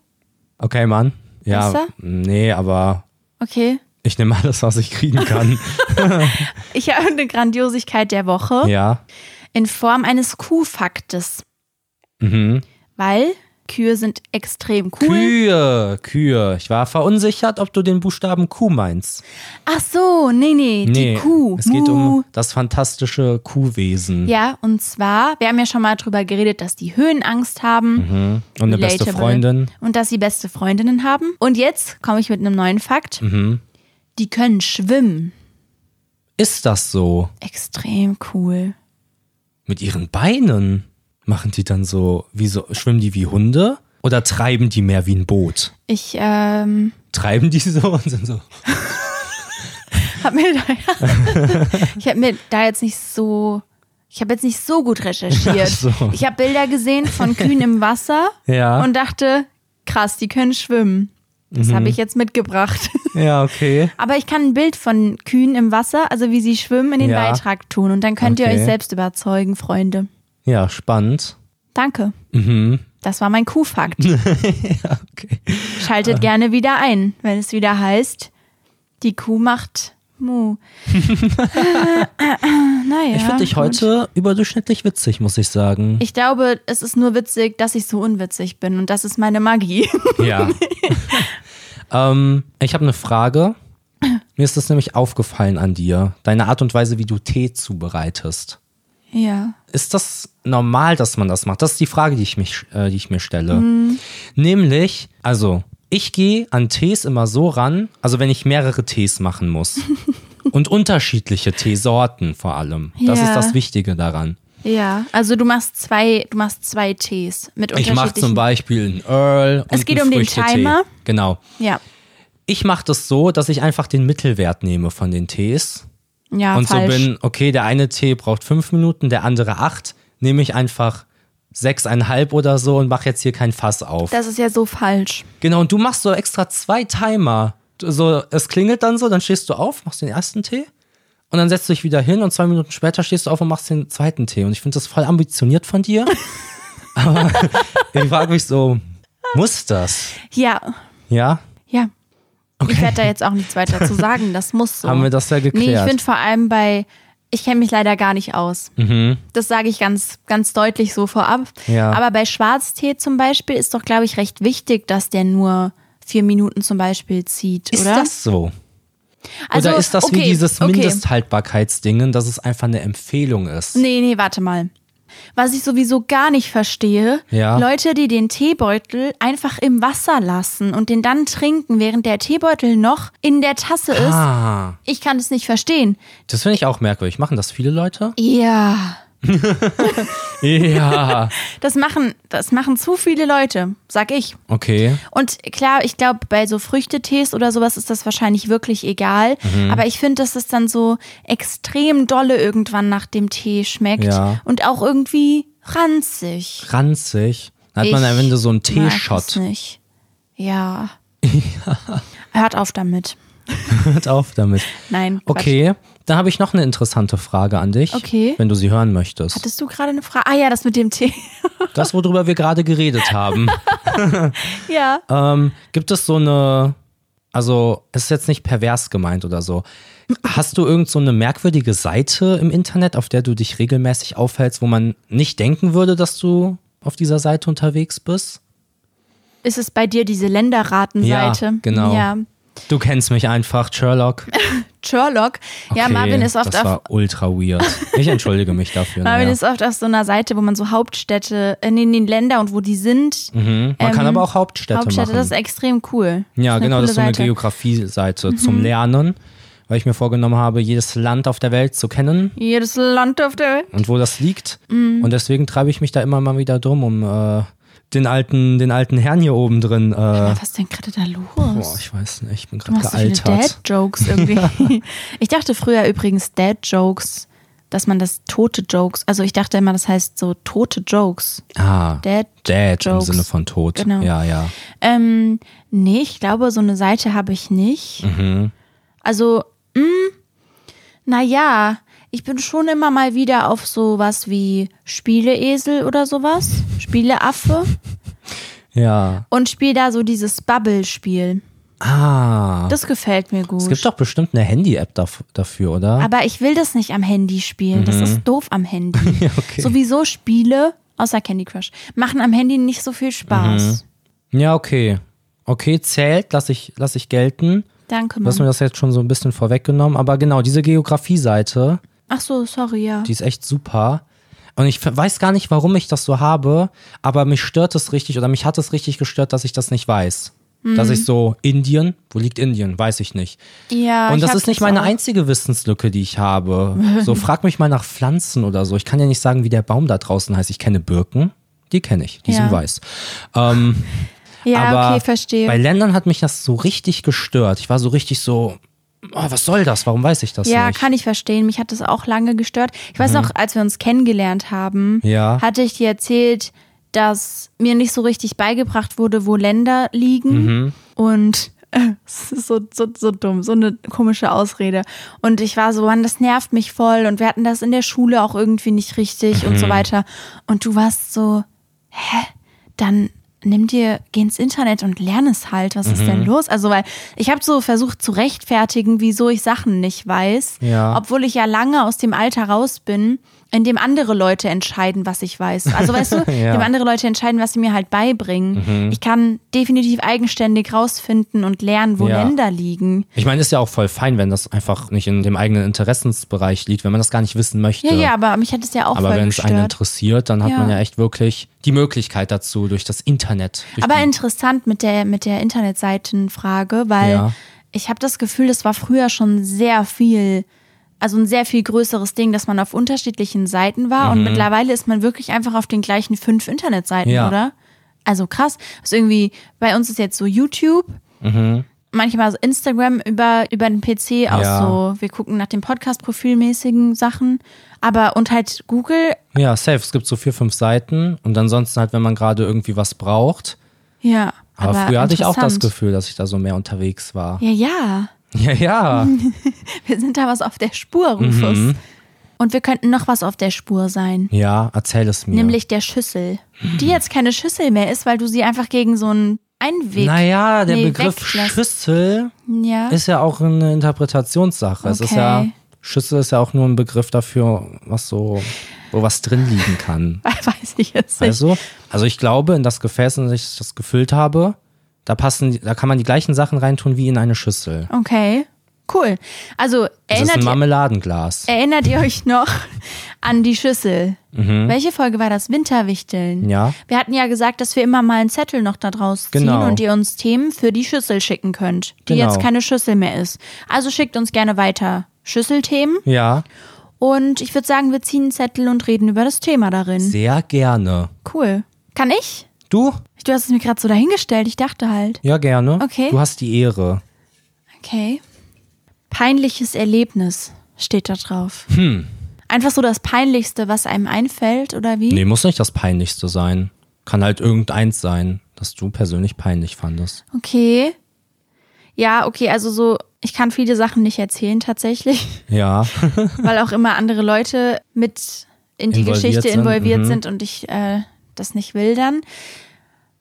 Speaker 2: Okay, Mann. Ja,
Speaker 1: Wasser?
Speaker 2: nee, aber
Speaker 1: Okay.
Speaker 2: ich nehme alles, was ich kriegen kann.
Speaker 1: Ich habe eine Grandiosigkeit der Woche
Speaker 2: ja.
Speaker 1: in Form eines Kuhfaktes.
Speaker 2: Mhm.
Speaker 1: Weil Kühe sind extrem cool.
Speaker 2: Kühe, Kühe. Ich war verunsichert, ob du den Buchstaben Q meinst.
Speaker 1: Ach so, nee, nee,
Speaker 2: Nee,
Speaker 1: die Kuh.
Speaker 2: es geht
Speaker 1: Mu.
Speaker 2: um das fantastische Kuhwesen.
Speaker 1: Ja, und zwar, wir haben ja schon mal drüber geredet, dass die Höhenangst haben.
Speaker 2: Mhm. Und eine beste
Speaker 1: Relatable.
Speaker 2: Freundin.
Speaker 1: Und dass sie beste Freundinnen haben. Und jetzt komme ich mit einem neuen Fakt.
Speaker 2: Mhm.
Speaker 1: Die können schwimmen.
Speaker 2: Ist das so?
Speaker 1: Extrem cool.
Speaker 2: Mit ihren Beinen machen die dann so, wie so, schwimmen die wie Hunde? Oder treiben die mehr wie ein Boot?
Speaker 1: Ich ähm,
Speaker 2: Treiben die so und sind so.
Speaker 1: hab mir da, ich habe mir da jetzt nicht so, ich habe jetzt nicht so gut recherchiert.
Speaker 2: Ach so.
Speaker 1: Ich habe Bilder gesehen von Kühen im Wasser
Speaker 2: Ja. Mhm.
Speaker 1: und dachte, krass, die können schwimmen. Das habe ich jetzt mitgebracht.
Speaker 2: ja, okay.
Speaker 1: Aber ich kann ein Bild von Kühen im Wasser, also wie sie schwimmen, in den
Speaker 2: Ja.
Speaker 1: Beitrag tun. Und dann könnt ihr
Speaker 2: Okay.
Speaker 1: euch selbst überzeugen, Freunde.
Speaker 2: Ja, spannend. Mhm.
Speaker 1: Danke. Das war mein Kuhfakt.
Speaker 2: Okay. Äh.
Speaker 1: Schaltet gerne wieder ein, wenn es wieder heißt, die Kuh macht Mu. naja.
Speaker 2: Ich finde dich
Speaker 1: gut.
Speaker 2: heute überdurchschnittlich witzig, muss ich sagen.
Speaker 1: Ich glaube, es ist nur witzig, dass ich so unwitzig bin und das ist meine Magie.
Speaker 2: Ja. ähm, ich habe eine Frage. Mir ist das nämlich aufgefallen an dir. Deine Art und Weise, wie du Tee zubereitest.
Speaker 1: ja.
Speaker 2: ist das normal, dass man das macht? Das ist die Frage, die ich, mich, äh, die ich mir stelle. Nämlich, also, ich gehe an Tees immer so ran, also wenn ich mehrere Tees machen muss. und unterschiedliche Teesorten vor allem. Das ist
Speaker 1: Ja.
Speaker 2: das Wichtige daran.
Speaker 1: Ja. Also du machst zwei, du machst zwei Tees mit
Speaker 2: Ich
Speaker 1: unterschiedlichen.
Speaker 2: mache zum Beispiel einen Earl und
Speaker 1: Es geht
Speaker 2: einen
Speaker 1: um den
Speaker 2: Früchtetee.
Speaker 1: Timer.
Speaker 2: Genau.
Speaker 1: Ja.
Speaker 2: Ich mache das so, dass ich einfach den Mittelwert nehme von den Tees.
Speaker 1: Ja,
Speaker 2: und
Speaker 1: Ah, falsch.
Speaker 2: so bin, okay, der eine Tee braucht fünf Minuten, der andere acht, nehme ich einfach sechseinhalb oder so und mache jetzt hier kein Fass auf.
Speaker 1: das ist ja so falsch.
Speaker 2: genau, und du machst so extra zwei Timer. Du- So, es klingelt dann so, dann stehst du auf, machst den ersten Tee und dann setzt du dich wieder hin und zwei Minuten später stehst du auf und machst den zweiten Tee. Und ich finde das voll ambitioniert von dir. Aber ich frage mich so, muss das?
Speaker 1: Ja.
Speaker 2: Ja?
Speaker 1: Ja. Ich werde da jetzt auch nichts weiter zu sagen. Das muss so.
Speaker 2: Haben wir das ja
Speaker 1: Nee, ich
Speaker 2: geklärt.
Speaker 1: finde vor allem bei, ich kenne mich leider gar nicht aus. Das sage ich ganz, ganz deutlich so vorab.
Speaker 2: Mhm. Ja.
Speaker 1: Aber bei Schwarztee zum Beispiel ist doch, glaube ich, recht wichtig, dass der nur vier Minuten zum Beispiel zieht,
Speaker 2: Ist
Speaker 1: oder?
Speaker 2: das so?
Speaker 1: also,
Speaker 2: oder ist das
Speaker 1: okay,
Speaker 2: wie dieses
Speaker 1: okay.
Speaker 2: Mindesthaltbarkeitsdingen, dass es einfach eine Empfehlung ist?
Speaker 1: Nee, nee, warte mal. Was ich sowieso gar nicht verstehe,
Speaker 2: Ja.
Speaker 1: Leute, die den Teebeutel einfach im Wasser lassen und den dann trinken, während der Teebeutel noch in der Tasse ist.
Speaker 2: Ah,
Speaker 1: Ich kann es nicht verstehen.
Speaker 2: das finde ich auch merkwürdig. Machen das viele Leute?
Speaker 1: Ja.
Speaker 2: Ja.
Speaker 1: Das machen, das machen zu viele Leute, sag ich.
Speaker 2: Okay.
Speaker 1: Und klar, ich glaube, bei so Früchtetees oder sowas ist das wahrscheinlich wirklich egal.
Speaker 2: Mhm.
Speaker 1: Aber ich finde, dass es dann so extrem dolle irgendwann nach dem Tee schmeckt.
Speaker 2: Ja.
Speaker 1: Und auch irgendwie ranzig.
Speaker 2: Ranzig. Dann hat
Speaker 1: Ich
Speaker 2: man am Ende so einen
Speaker 1: mag es
Speaker 2: Teeshot.
Speaker 1: nicht. Ja. Hört auf damit.
Speaker 2: Hört auf damit.
Speaker 1: Nein. Quatsch.
Speaker 2: Okay, dann habe ich noch eine interessante Frage an dich,
Speaker 1: Okay.
Speaker 2: wenn du sie hören möchtest.
Speaker 1: Hattest du gerade eine Frage? Ah ja, das mit dem Tee.
Speaker 2: Das, worüber wir gerade geredet haben.
Speaker 1: ja.
Speaker 2: Ähm, gibt es so eine, Also, es ist jetzt nicht pervers gemeint oder so. Hast du irgend so eine merkwürdige Seite im Internet, auf der du dich regelmäßig aufhältst, wo man nicht denken würde, dass du auf dieser Seite unterwegs bist?
Speaker 1: Ist es bei dir diese Länderratenseite?
Speaker 2: Ja, genau.
Speaker 1: Ja.
Speaker 2: Du kennst mich einfach, Sherlock.
Speaker 1: Sherlock. ja,
Speaker 2: Okay,
Speaker 1: Marvin ist oft
Speaker 2: Das
Speaker 1: auf
Speaker 2: war ultra weird. Ich entschuldige mich dafür.
Speaker 1: Marvin
Speaker 2: naja.
Speaker 1: ist oft auf so einer Seite, wo man so Hauptstädte, äh, nee, nee, Länder und wo die sind.
Speaker 2: Mhm. Man kann aber auch Hauptstädte,
Speaker 1: ähm, Hauptstädte, das ist
Speaker 2: machen.
Speaker 1: extrem cool. ist
Speaker 2: ja,
Speaker 1: eine
Speaker 2: genau, das ist so eine
Speaker 1: coole Seite. Mhm.
Speaker 2: Geografie-Seite zum Lernen, weil ich mir vorgenommen habe, jedes Land auf der Welt zu kennen
Speaker 1: Jedes Land auf der Welt.
Speaker 2: und wo das liegt.
Speaker 1: Mhm.
Speaker 2: Und deswegen treibe ich mich da immer mal wieder drum, um äh, den, alten, den alten Herrn hier oben drin. Äh,
Speaker 1: Was ist denn gerade da
Speaker 2: boah,
Speaker 1: los?
Speaker 2: ich weiß nicht, ich bin
Speaker 1: Du
Speaker 2: gerade
Speaker 1: machst so viele
Speaker 2: gealtert.
Speaker 1: Dad-Jokes irgendwie. Ich dachte früher übrigens Dad-Jokes, dass man das tote Jokes, also ich dachte immer, das heißt so tote Jokes.
Speaker 2: Ah,
Speaker 1: Dad.
Speaker 2: Dad im
Speaker 1: Jokes.
Speaker 2: Sinne von Tod.
Speaker 1: Genau.
Speaker 2: Ja, ja.
Speaker 1: Ähm, nee, ich glaube, so eine Seite habe ich nicht.
Speaker 2: Mhm.
Speaker 1: Also, mh, naja, ich bin schon immer mal wieder auf sowas wie Spieleesel oder sowas, Spieleaffe
Speaker 2: Ja.
Speaker 1: und spiele da so dieses Bubble-Spiel.
Speaker 2: Ah.
Speaker 1: Das gefällt mir gut.
Speaker 2: Es gibt doch bestimmt eine Handy-App daf dafür, oder?
Speaker 1: Aber ich will das nicht am Handy spielen. Das ist doof am Handy.
Speaker 2: Mhm. okay.
Speaker 1: Sowieso Spiele, außer Candy Crush, machen am Handy nicht so viel Spaß.
Speaker 2: Mhm. Ja, okay. Okay, zählt, lass ich, lass ich gelten.
Speaker 1: Danke,
Speaker 2: Du hast mir
Speaker 1: Mann.
Speaker 2: das jetzt schon so ein bisschen vorweggenommen. Aber genau, diese Geografie-Seite,
Speaker 1: Ach so, sorry, ja.
Speaker 2: die ist echt super. Und ich f- weiß gar nicht, warum ich das so habe, aber mich stört es richtig oder mich hat es richtig gestört, dass ich das nicht weiß. Dass
Speaker 1: Mhm.
Speaker 2: ich so, Indien, wo liegt Indien? Weiß ich nicht.
Speaker 1: ja
Speaker 2: Und
Speaker 1: ich
Speaker 2: das
Speaker 1: hab
Speaker 2: ist nicht
Speaker 1: das
Speaker 2: meine
Speaker 1: auch.
Speaker 2: einzige Wissenslücke, die ich habe. So, frag mich mal nach Pflanzen oder so. Ich kann ja nicht sagen, wie der Baum da draußen heißt. Ich kenne Birken, die kenne ich, die sind
Speaker 1: Ja.
Speaker 2: weiß. Ähm,
Speaker 1: Ja,
Speaker 2: aber
Speaker 1: okay, verstehe.
Speaker 2: bei Ländern hat mich das so richtig gestört. Ich war so richtig so, oh, was soll das? Warum weiß ich das
Speaker 1: Ja,
Speaker 2: nicht? Mhm.
Speaker 1: kann ich verstehen. Mich hat das auch lange gestört. Ich weiß noch, als wir uns kennengelernt haben,
Speaker 2: Ja.
Speaker 1: hatte ich dir erzählt, dass mir nicht so richtig beigebracht wurde, wo Länder liegen.
Speaker 2: Mhm.
Speaker 1: Und äh, es ist so, so, so dumm, so eine komische Ausrede. Und ich war so, Mann, das nervt mich voll. Und wir hatten das in der Schule auch irgendwie nicht richtig und
Speaker 2: Mhm.
Speaker 1: so weiter. Und du warst so, dann nimm dir, geh ins Internet und lerne es halt. Was ist
Speaker 2: Mhm.
Speaker 1: denn los? Also, weil ich habe so versucht zu rechtfertigen, wieso ich Sachen nicht weiß,
Speaker 2: Ja.
Speaker 1: obwohl ich ja lange aus dem Alter raus bin, in dem andere Leute entscheiden, was ich weiß. Also, weißt du,
Speaker 2: Ja. Mhm.
Speaker 1: in dem andere Leute entscheiden, was sie mir halt beibringen. Ich kann definitiv eigenständig rausfinden und lernen, wo
Speaker 2: Ja.
Speaker 1: Länder liegen.
Speaker 2: Ich meine, ist ja auch voll fein, wenn das einfach nicht in dem eigenen Interessensbereich liegt, wenn man das gar nicht wissen möchte.
Speaker 1: Ja, ja, aber mich hat es ja auch
Speaker 2: Aber
Speaker 1: voll
Speaker 2: wenn es einen
Speaker 1: gestört.
Speaker 2: interessiert, dann hat
Speaker 1: Ja.
Speaker 2: man ja echt wirklich die Möglichkeit dazu durch das Internet. Durch
Speaker 1: Aber
Speaker 2: die,
Speaker 1: interessant mit der, mit der Internetseitenfrage, weil
Speaker 2: Ja.
Speaker 1: ich habe das Gefühl, das war früher schon sehr viel, also ein sehr viel größeres Ding, dass man auf unterschiedlichen Seiten war
Speaker 2: Mhm.
Speaker 1: und mittlerweile ist man wirklich einfach auf den gleichen fünf Internetseiten,
Speaker 2: Ja.
Speaker 1: oder? Also krass. Ist irgendwie, bei uns ist jetzt so YouTube. Manchmal so Instagram über, über den PC auch
Speaker 2: Mhm. Ja.
Speaker 1: so. Wir gucken nach den Podcast-Profilmäßigen Sachen. Aber und halt Google,
Speaker 2: ja, safe. Es gibt so vier, fünf Seiten und ansonsten halt, wenn man gerade irgendwie was braucht.
Speaker 1: ja.
Speaker 2: Aber, früher hatte ich auch das
Speaker 1: interessant.
Speaker 2: Gefühl, dass ich da so mehr unterwegs war.
Speaker 1: Ja, ja.
Speaker 2: Ja, ja.
Speaker 1: Wir sind da was auf der Spur, Rufus.
Speaker 2: Mhm.
Speaker 1: Und wir könnten noch was auf der Spur sein.
Speaker 2: Ja, erzähl es mir.
Speaker 1: Nämlich der Schüssel. Die jetzt keine Schüssel mehr ist, weil du sie einfach gegen so einen Einweg.
Speaker 2: Naja, der
Speaker 1: nee,
Speaker 2: Begriff
Speaker 1: weglässt.
Speaker 2: Schüssel
Speaker 1: Ja.
Speaker 2: ist ja auch eine Interpretationssache. Es ist
Speaker 1: Okay.
Speaker 2: ja, Schüssel ist ja auch nur ein Begriff dafür, was so, wo was drin liegen kann.
Speaker 1: Weiß ich jetzt nicht.
Speaker 2: Also, also ich glaube, in das Gefäß, in das ich das gefüllt habe, da passen, die- da kann man die gleichen Sachen reintun wie in eine Schüssel.
Speaker 1: Okay. Cool. Also
Speaker 2: Das ist ein
Speaker 1: erinnert ihr,
Speaker 2: Marmeladenglas.
Speaker 1: erinnert ihr euch noch an die Schüssel? Welche Folge war das? Winterwichteln.
Speaker 2: Mhm. Ja.
Speaker 1: Wir hatten ja gesagt, dass wir immer mal einen Zettel noch da draus ziehen
Speaker 2: Genau.
Speaker 1: und ihr uns Themen für die Schüssel schicken könnt, die
Speaker 2: Genau.
Speaker 1: jetzt keine Schüssel mehr ist. Also schickt uns gerne weiter Schüsselthemen.
Speaker 2: Ja,
Speaker 1: Und ich würde sagen, wir ziehen einen Zettel und reden über das Thema darin.
Speaker 2: sehr gerne.
Speaker 1: Cool. Kann ich?
Speaker 2: Du?
Speaker 1: Du hast es mir gerade so dahingestellt. Ich dachte halt.
Speaker 2: Ja, gerne.
Speaker 1: Okay.
Speaker 2: Du hast die Ehre.
Speaker 1: Okay. Peinliches Erlebnis steht da drauf. Hm. Einfach so das Peinlichste, was einem einfällt, oder wie?
Speaker 2: Nee, muss nicht das Peinlichste sein. Kann halt irgendeins sein, das du persönlich peinlich fandest.
Speaker 1: Okay. Ja, okay, also so, ich kann viele Sachen nicht erzählen tatsächlich,
Speaker 2: Ja.
Speaker 1: weil auch immer andere Leute mit in die
Speaker 2: Involviert
Speaker 1: Geschichte
Speaker 2: sind,
Speaker 1: involviert
Speaker 2: mhm.
Speaker 1: sind und ich äh, das nicht will dann.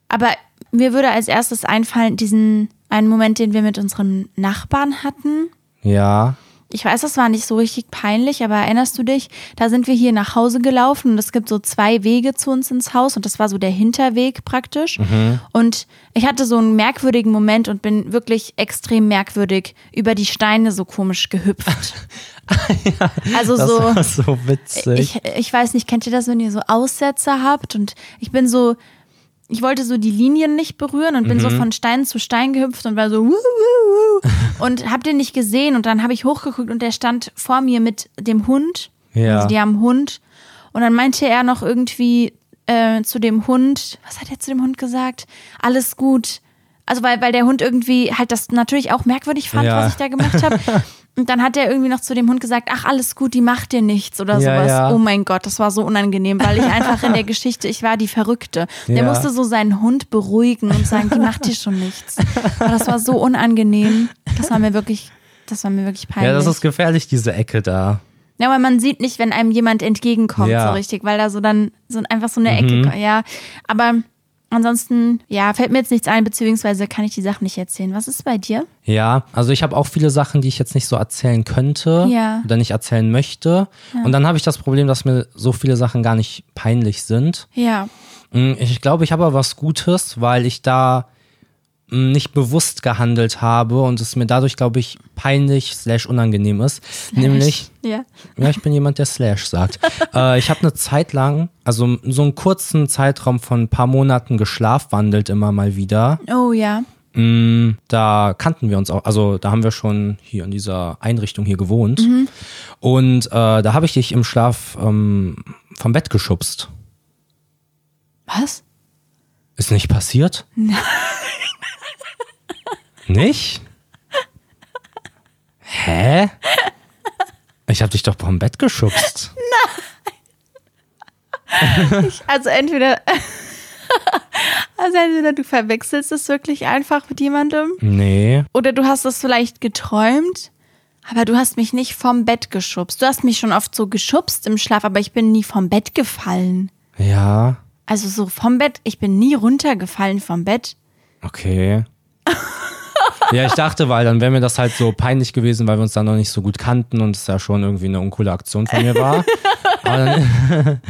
Speaker 1: Aber mir würde als erstes einfallen, diesen einen Moment, den wir mit unseren Nachbarn hatten.
Speaker 2: Ja.
Speaker 1: Ich weiß, das war nicht so richtig peinlich, aber erinnerst du dich? Da sind wir hier nach Hause gelaufen und es gibt so zwei Wege zu uns ins Haus und das war so der Hinterweg praktisch.
Speaker 2: Mhm.
Speaker 1: Und ich hatte so einen merkwürdigen Moment und bin wirklich extrem merkwürdig über die Steine so komisch gehüpft. also
Speaker 2: Ah, Das
Speaker 1: so.
Speaker 2: war so witzig.
Speaker 1: Ich, ich weiß nicht, kennt ihr das, wenn ihr so Aussätze habt? Und ich bin so, ich wollte so die Linien nicht berühren und bin so von Stein zu Stein gehüpft und war so wuh, wuh, wuh, und hab den nicht gesehen. Und dann habe ich hochgeguckt und der stand vor mir mit dem Hund.
Speaker 2: Ja.
Speaker 1: Also die haben einen Hund. Und dann meinte er noch irgendwie äh, zu dem Hund, was hat er zu dem Hund gesagt? Alles gut. Also weil, weil der Hund irgendwie halt das natürlich auch merkwürdig fand,
Speaker 2: Ja.
Speaker 1: was ich da gemacht habe. Und dann hat er irgendwie noch zu dem Hund gesagt, ach, alles gut, die macht dir nichts oder
Speaker 2: Ja,
Speaker 1: sowas.
Speaker 2: ja.
Speaker 1: Oh mein Gott, das war so unangenehm, weil ich einfach in der Geschichte, ich war die Verrückte. Der
Speaker 2: Ja.
Speaker 1: musste so seinen Hund beruhigen und sagen, die macht dir schon nichts. Aber das war so unangenehm. Das war mir wirklich, das war mir wirklich peinlich.
Speaker 2: ja, das ist gefährlich, diese Ecke da.
Speaker 1: Ja, aber man sieht nicht, wenn einem jemand entgegenkommt,
Speaker 2: Ja. Mhm.
Speaker 1: so richtig, weil da so dann so einfach so eine Ecke, ja. Aber ansonsten, ja, fällt mir jetzt nichts ein, beziehungsweise kann ich die Sachen nicht erzählen. Was ist bei dir?
Speaker 2: Ja, also ich habe auch viele Sachen, die ich jetzt nicht so erzählen könnte
Speaker 1: Ja.
Speaker 2: oder nicht erzählen möchte. Und dann habe ich das Problem, dass mir so viele Sachen gar nicht peinlich sind.
Speaker 1: Ja.
Speaker 2: Mm, Ich glaube, ich habe aber was Gutes, weil ich da mm, nicht bewusst gehandelt habe und es mir dadurch, glaube ich, peinlich slash unangenehm ist. Nämlich,
Speaker 1: Ja.
Speaker 2: ja, ich bin jemand, der slash sagt. äh, ich habe eine Zeit lang, also so einen kurzen Zeitraum von ein paar Monaten geschlafwandelt immer mal wieder.
Speaker 1: Oh ja.
Speaker 2: Mm, Da kannten wir uns auch, also da haben wir schon hier in dieser Einrichtung hier gewohnt. Und äh, da habe ich dich im Schlaf ähm, vom Bett geschubst.
Speaker 1: Was?
Speaker 2: Ist nicht passiert? Nein. Nicht? Hä? Ich habe dich doch vom Bett geschubst.
Speaker 1: Also entweder. Also entweder du verwechselst es wirklich einfach mit jemandem
Speaker 2: Nee.
Speaker 1: oder du hast es vielleicht geträumt, aber du hast mich nicht vom Bett geschubst. Du hast mich schon oft so geschubst im Schlaf, aber ich bin nie vom Bett gefallen.
Speaker 2: Ja.
Speaker 1: Also so vom Bett, ich bin nie runtergefallen vom Bett.
Speaker 2: Okay. ja, ich dachte, weil dann wäre mir das halt so peinlich gewesen, weil wir uns dann noch nicht so gut kannten und es ja schon irgendwie eine uncoole Aktion von mir war. Aber dann,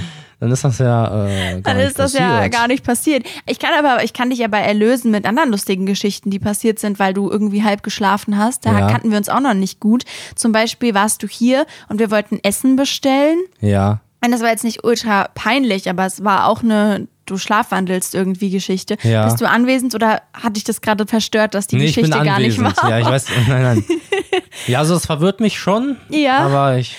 Speaker 2: dann ist das ja äh, gar
Speaker 1: Dann
Speaker 2: nicht
Speaker 1: ist das
Speaker 2: passiert.
Speaker 1: ja gar nicht passiert. Ich kann aber, ich kann dich aber erlösen mit anderen lustigen Geschichten, die passiert sind, weil du irgendwie halb geschlafen hast. Da
Speaker 2: Ja.
Speaker 1: kannten wir uns auch noch nicht gut. Zum Beispiel warst du hier und wir wollten Essen bestellen.
Speaker 2: Ja.
Speaker 1: Und das war jetzt nicht ultra peinlich, aber es war auch eine du schlafwandelst irgendwie Geschichte.
Speaker 2: Ja.
Speaker 1: Bist du anwesend oder hat dich das gerade verstört, dass die
Speaker 2: Nee, ich
Speaker 1: Geschichte
Speaker 2: bin
Speaker 1: gar nicht
Speaker 2: anwesend.
Speaker 1: war?
Speaker 2: Ja, ich weiß. Nein, nein. Ja, also es verwirrt mich schon.
Speaker 1: Ja.
Speaker 2: Aber ich.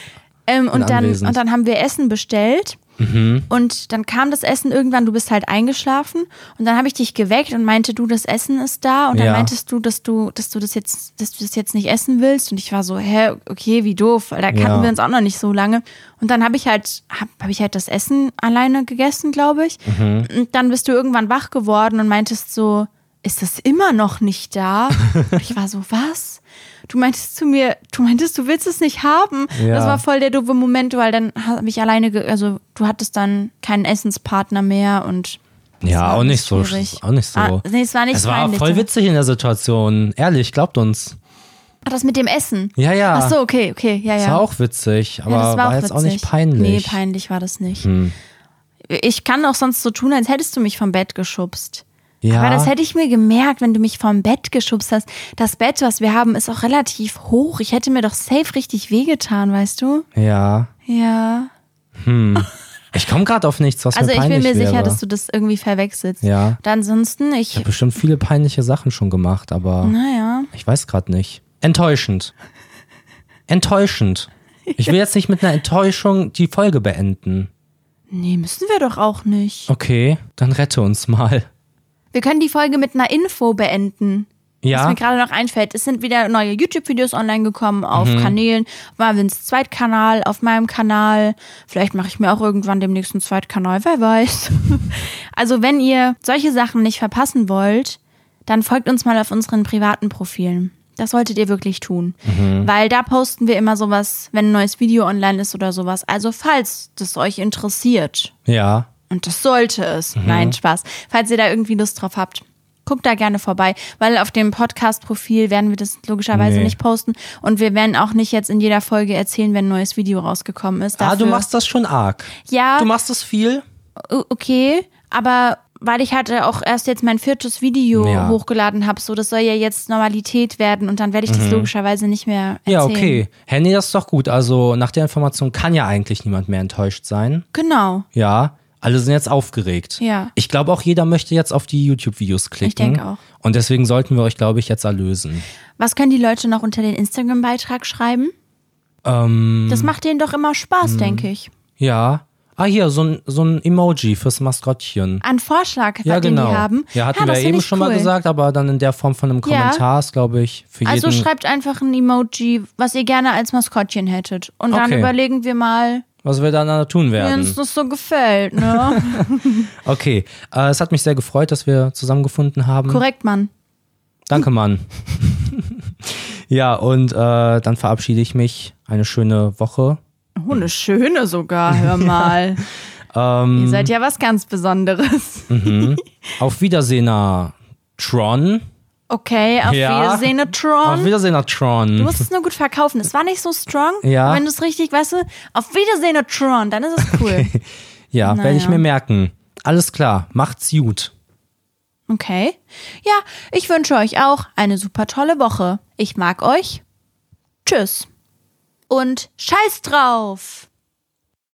Speaker 1: Ähm, und, dann,
Speaker 2: anwesend. Mhm.
Speaker 1: und dann haben wir Essen bestellt. Und dann kam das Essen irgendwann, du bist halt eingeschlafen und dann habe ich dich geweckt und meinte, du, das Essen ist da und dann
Speaker 2: Ja.
Speaker 1: meintest du, dass du, dass du das jetzt, dass du das jetzt nicht essen willst und ich war so, hä, okay, wie doof, weil da kannten
Speaker 2: Ja.
Speaker 1: wir uns auch noch nicht so lange und dann habe ich halt, habe hab ich halt das Essen alleine gegessen, glaube ich
Speaker 2: Mhm.
Speaker 1: und dann bist du irgendwann wach geworden und meintest so, ist das immer noch nicht da? Und ich war so, was? Du meintest zu mir, du meintest, du willst es nicht haben.
Speaker 2: Ja.
Speaker 1: Das war voll der doofe Moment, weil dann habe ich alleine, ge also du hattest dann keinen Essenspartner mehr und
Speaker 2: Ja,
Speaker 1: war
Speaker 2: auch nicht so.
Speaker 1: schwierig.
Speaker 2: Auch nicht so.
Speaker 1: Ah, nee, es war nicht
Speaker 2: Es war
Speaker 1: peinlich, ne?
Speaker 2: voll
Speaker 1: ja.
Speaker 2: witzig in der Situation. Ehrlich, glaubt uns.
Speaker 1: Ach, das mit dem Essen.
Speaker 2: Ja, ja.
Speaker 1: Ach so, okay, okay, ja, ja.
Speaker 2: Das war auch witzig, aber
Speaker 1: ja, das
Speaker 2: war, jetzt auch nicht
Speaker 1: witzig.
Speaker 2: peinlich. Hm.
Speaker 1: Nee, peinlich war das nicht. Ich kann auch sonst so tun, als hättest du mich vom Bett geschubst.
Speaker 2: Ja.
Speaker 1: Aber das hätte ich mir gemerkt, wenn du mich vom Bett geschubst hast. Das Bett, was wir haben, ist auch relativ hoch. Ich hätte mir doch safe richtig wehgetan, weißt du?
Speaker 2: Ja.
Speaker 1: Ja.
Speaker 2: Ich komme gerade auf nichts, was
Speaker 1: Also
Speaker 2: mir
Speaker 1: ich bin
Speaker 2: peinlich
Speaker 1: mir
Speaker 2: wäre.
Speaker 1: sicher, dass du das irgendwie verwechselst.
Speaker 2: Ja.
Speaker 1: Und ansonsten, ich,
Speaker 2: ich habe bestimmt viele peinliche Sachen schon gemacht, aber
Speaker 1: naja.
Speaker 2: ich weiß gerade nicht. Enttäuschend. Enttäuschend. Ich will jetzt nicht mit einer Enttäuschung die Folge beenden.
Speaker 1: Nee, müssen wir doch auch
Speaker 2: Oh.
Speaker 1: nicht.
Speaker 2: Okay, dann rette uns mal.
Speaker 1: Wir können die Folge mit einer Info beenden. Was
Speaker 2: Ja,
Speaker 1: mir gerade noch einfällt, es sind wieder neue YouTube-Videos online gekommen auf Kanälen, auf Marvins Zweitkanal, auf meinem Kanal. Vielleicht mache ich mir auch irgendwann demnächst einen Zweitkanal, wer weiß. also wenn ihr solche Sachen nicht verpassen wollt, dann folgt uns mal auf unseren privaten Profilen. Das solltet ihr wirklich tun, weil da posten wir immer sowas, wenn ein neues Video online ist oder sowas. Also falls das euch interessiert,
Speaker 2: ja. Mhm.
Speaker 1: und das sollte es. Nein, Spaß. Falls ihr da irgendwie Lust drauf habt. guckt da gerne vorbei, weil auf dem Podcast-Profil werden wir das logischerweise
Speaker 2: Nee.
Speaker 1: nicht posten und wir werden auch nicht jetzt in jeder Folge erzählen, wenn ein neues Video rausgekommen ist.
Speaker 2: Ah, du
Speaker 1: Dafür-
Speaker 2: machst das schon arg.
Speaker 1: ja,
Speaker 2: Du machst das viel.
Speaker 1: o- okay, aber weil ich halt auch erst jetzt mein viertes Video
Speaker 2: Ja.
Speaker 1: hochgeladen habe, so das soll ja jetzt Normalität werden und dann werde ich das logischerweise nicht mehr erzählen.
Speaker 2: Mhm. Ja, okay. Handy, das ist doch gut. Also nach der Information kann ja eigentlich niemand mehr enttäuscht sein.
Speaker 1: Genau.
Speaker 2: Ja, alle sind jetzt aufgeregt.
Speaker 1: Ja.
Speaker 2: Ich glaube auch, jeder möchte jetzt auf die YouTube-Videos klicken.
Speaker 1: denk auch.
Speaker 2: Und deswegen sollten wir euch, glaube ich, jetzt erlösen.
Speaker 1: Was können die Leute noch unter den Instagram-Beitrag schreiben?
Speaker 2: Ähm, Mhm.
Speaker 1: Das macht denen doch immer Spaß, denke ich.
Speaker 2: ja. Ah, hier, so ein, so ein Emoji fürs Maskottchen.
Speaker 1: Ein Vorschlag,
Speaker 2: Ja,
Speaker 1: den
Speaker 2: genau.
Speaker 1: die haben.
Speaker 2: Ja, hatten
Speaker 1: das
Speaker 2: wir
Speaker 1: find
Speaker 2: eben
Speaker 1: ich
Speaker 2: schon
Speaker 1: cool.
Speaker 2: mal gesagt, aber dann in der Form von einem
Speaker 1: Ja.
Speaker 2: Kommentar ist, glaube ich, für
Speaker 1: Also
Speaker 2: jeden.
Speaker 1: schreibt einfach ein Emoji, was ihr gerne als Maskottchen hättet. Und dann
Speaker 2: Okay.
Speaker 1: überlegen wir mal,
Speaker 2: was wir dann da tun
Speaker 1: wie
Speaker 2: werden.
Speaker 1: uns das so gefällt. Ne?
Speaker 2: Okay, äh, es hat mich sehr gefreut, dass wir zusammengefunden haben.
Speaker 1: Korrekt, Mann.
Speaker 2: Danke, Mann. ja, und äh, dann verabschiede ich mich. Eine schöne Woche.
Speaker 1: Oh, eine schöne sogar, hör mal.
Speaker 2: Ähm,
Speaker 1: Ihr seid ja was ganz Besonderes.
Speaker 2: auf Wiedersehen, äh, Tron.
Speaker 1: Okay, auf
Speaker 2: Ja.
Speaker 1: Wiedersehen,
Speaker 2: Auf
Speaker 1: Tron.
Speaker 2: Wiedersehen, äh,
Speaker 1: Du
Speaker 2: Tron.
Speaker 1: musst es nur gut verkaufen. Es war nicht so strong.
Speaker 2: Ja.
Speaker 1: Wenn du es richtig, weißt du, auf Wiedersehen, Tron, dann ist es cool.
Speaker 2: Ja,
Speaker 1: Naja.
Speaker 2: werde ich mir merken. Alles klar, macht's gut.
Speaker 1: Okay. Ja, ich wünsche euch auch eine super tolle Woche. Ich mag euch. Tschüss. Und scheiß drauf!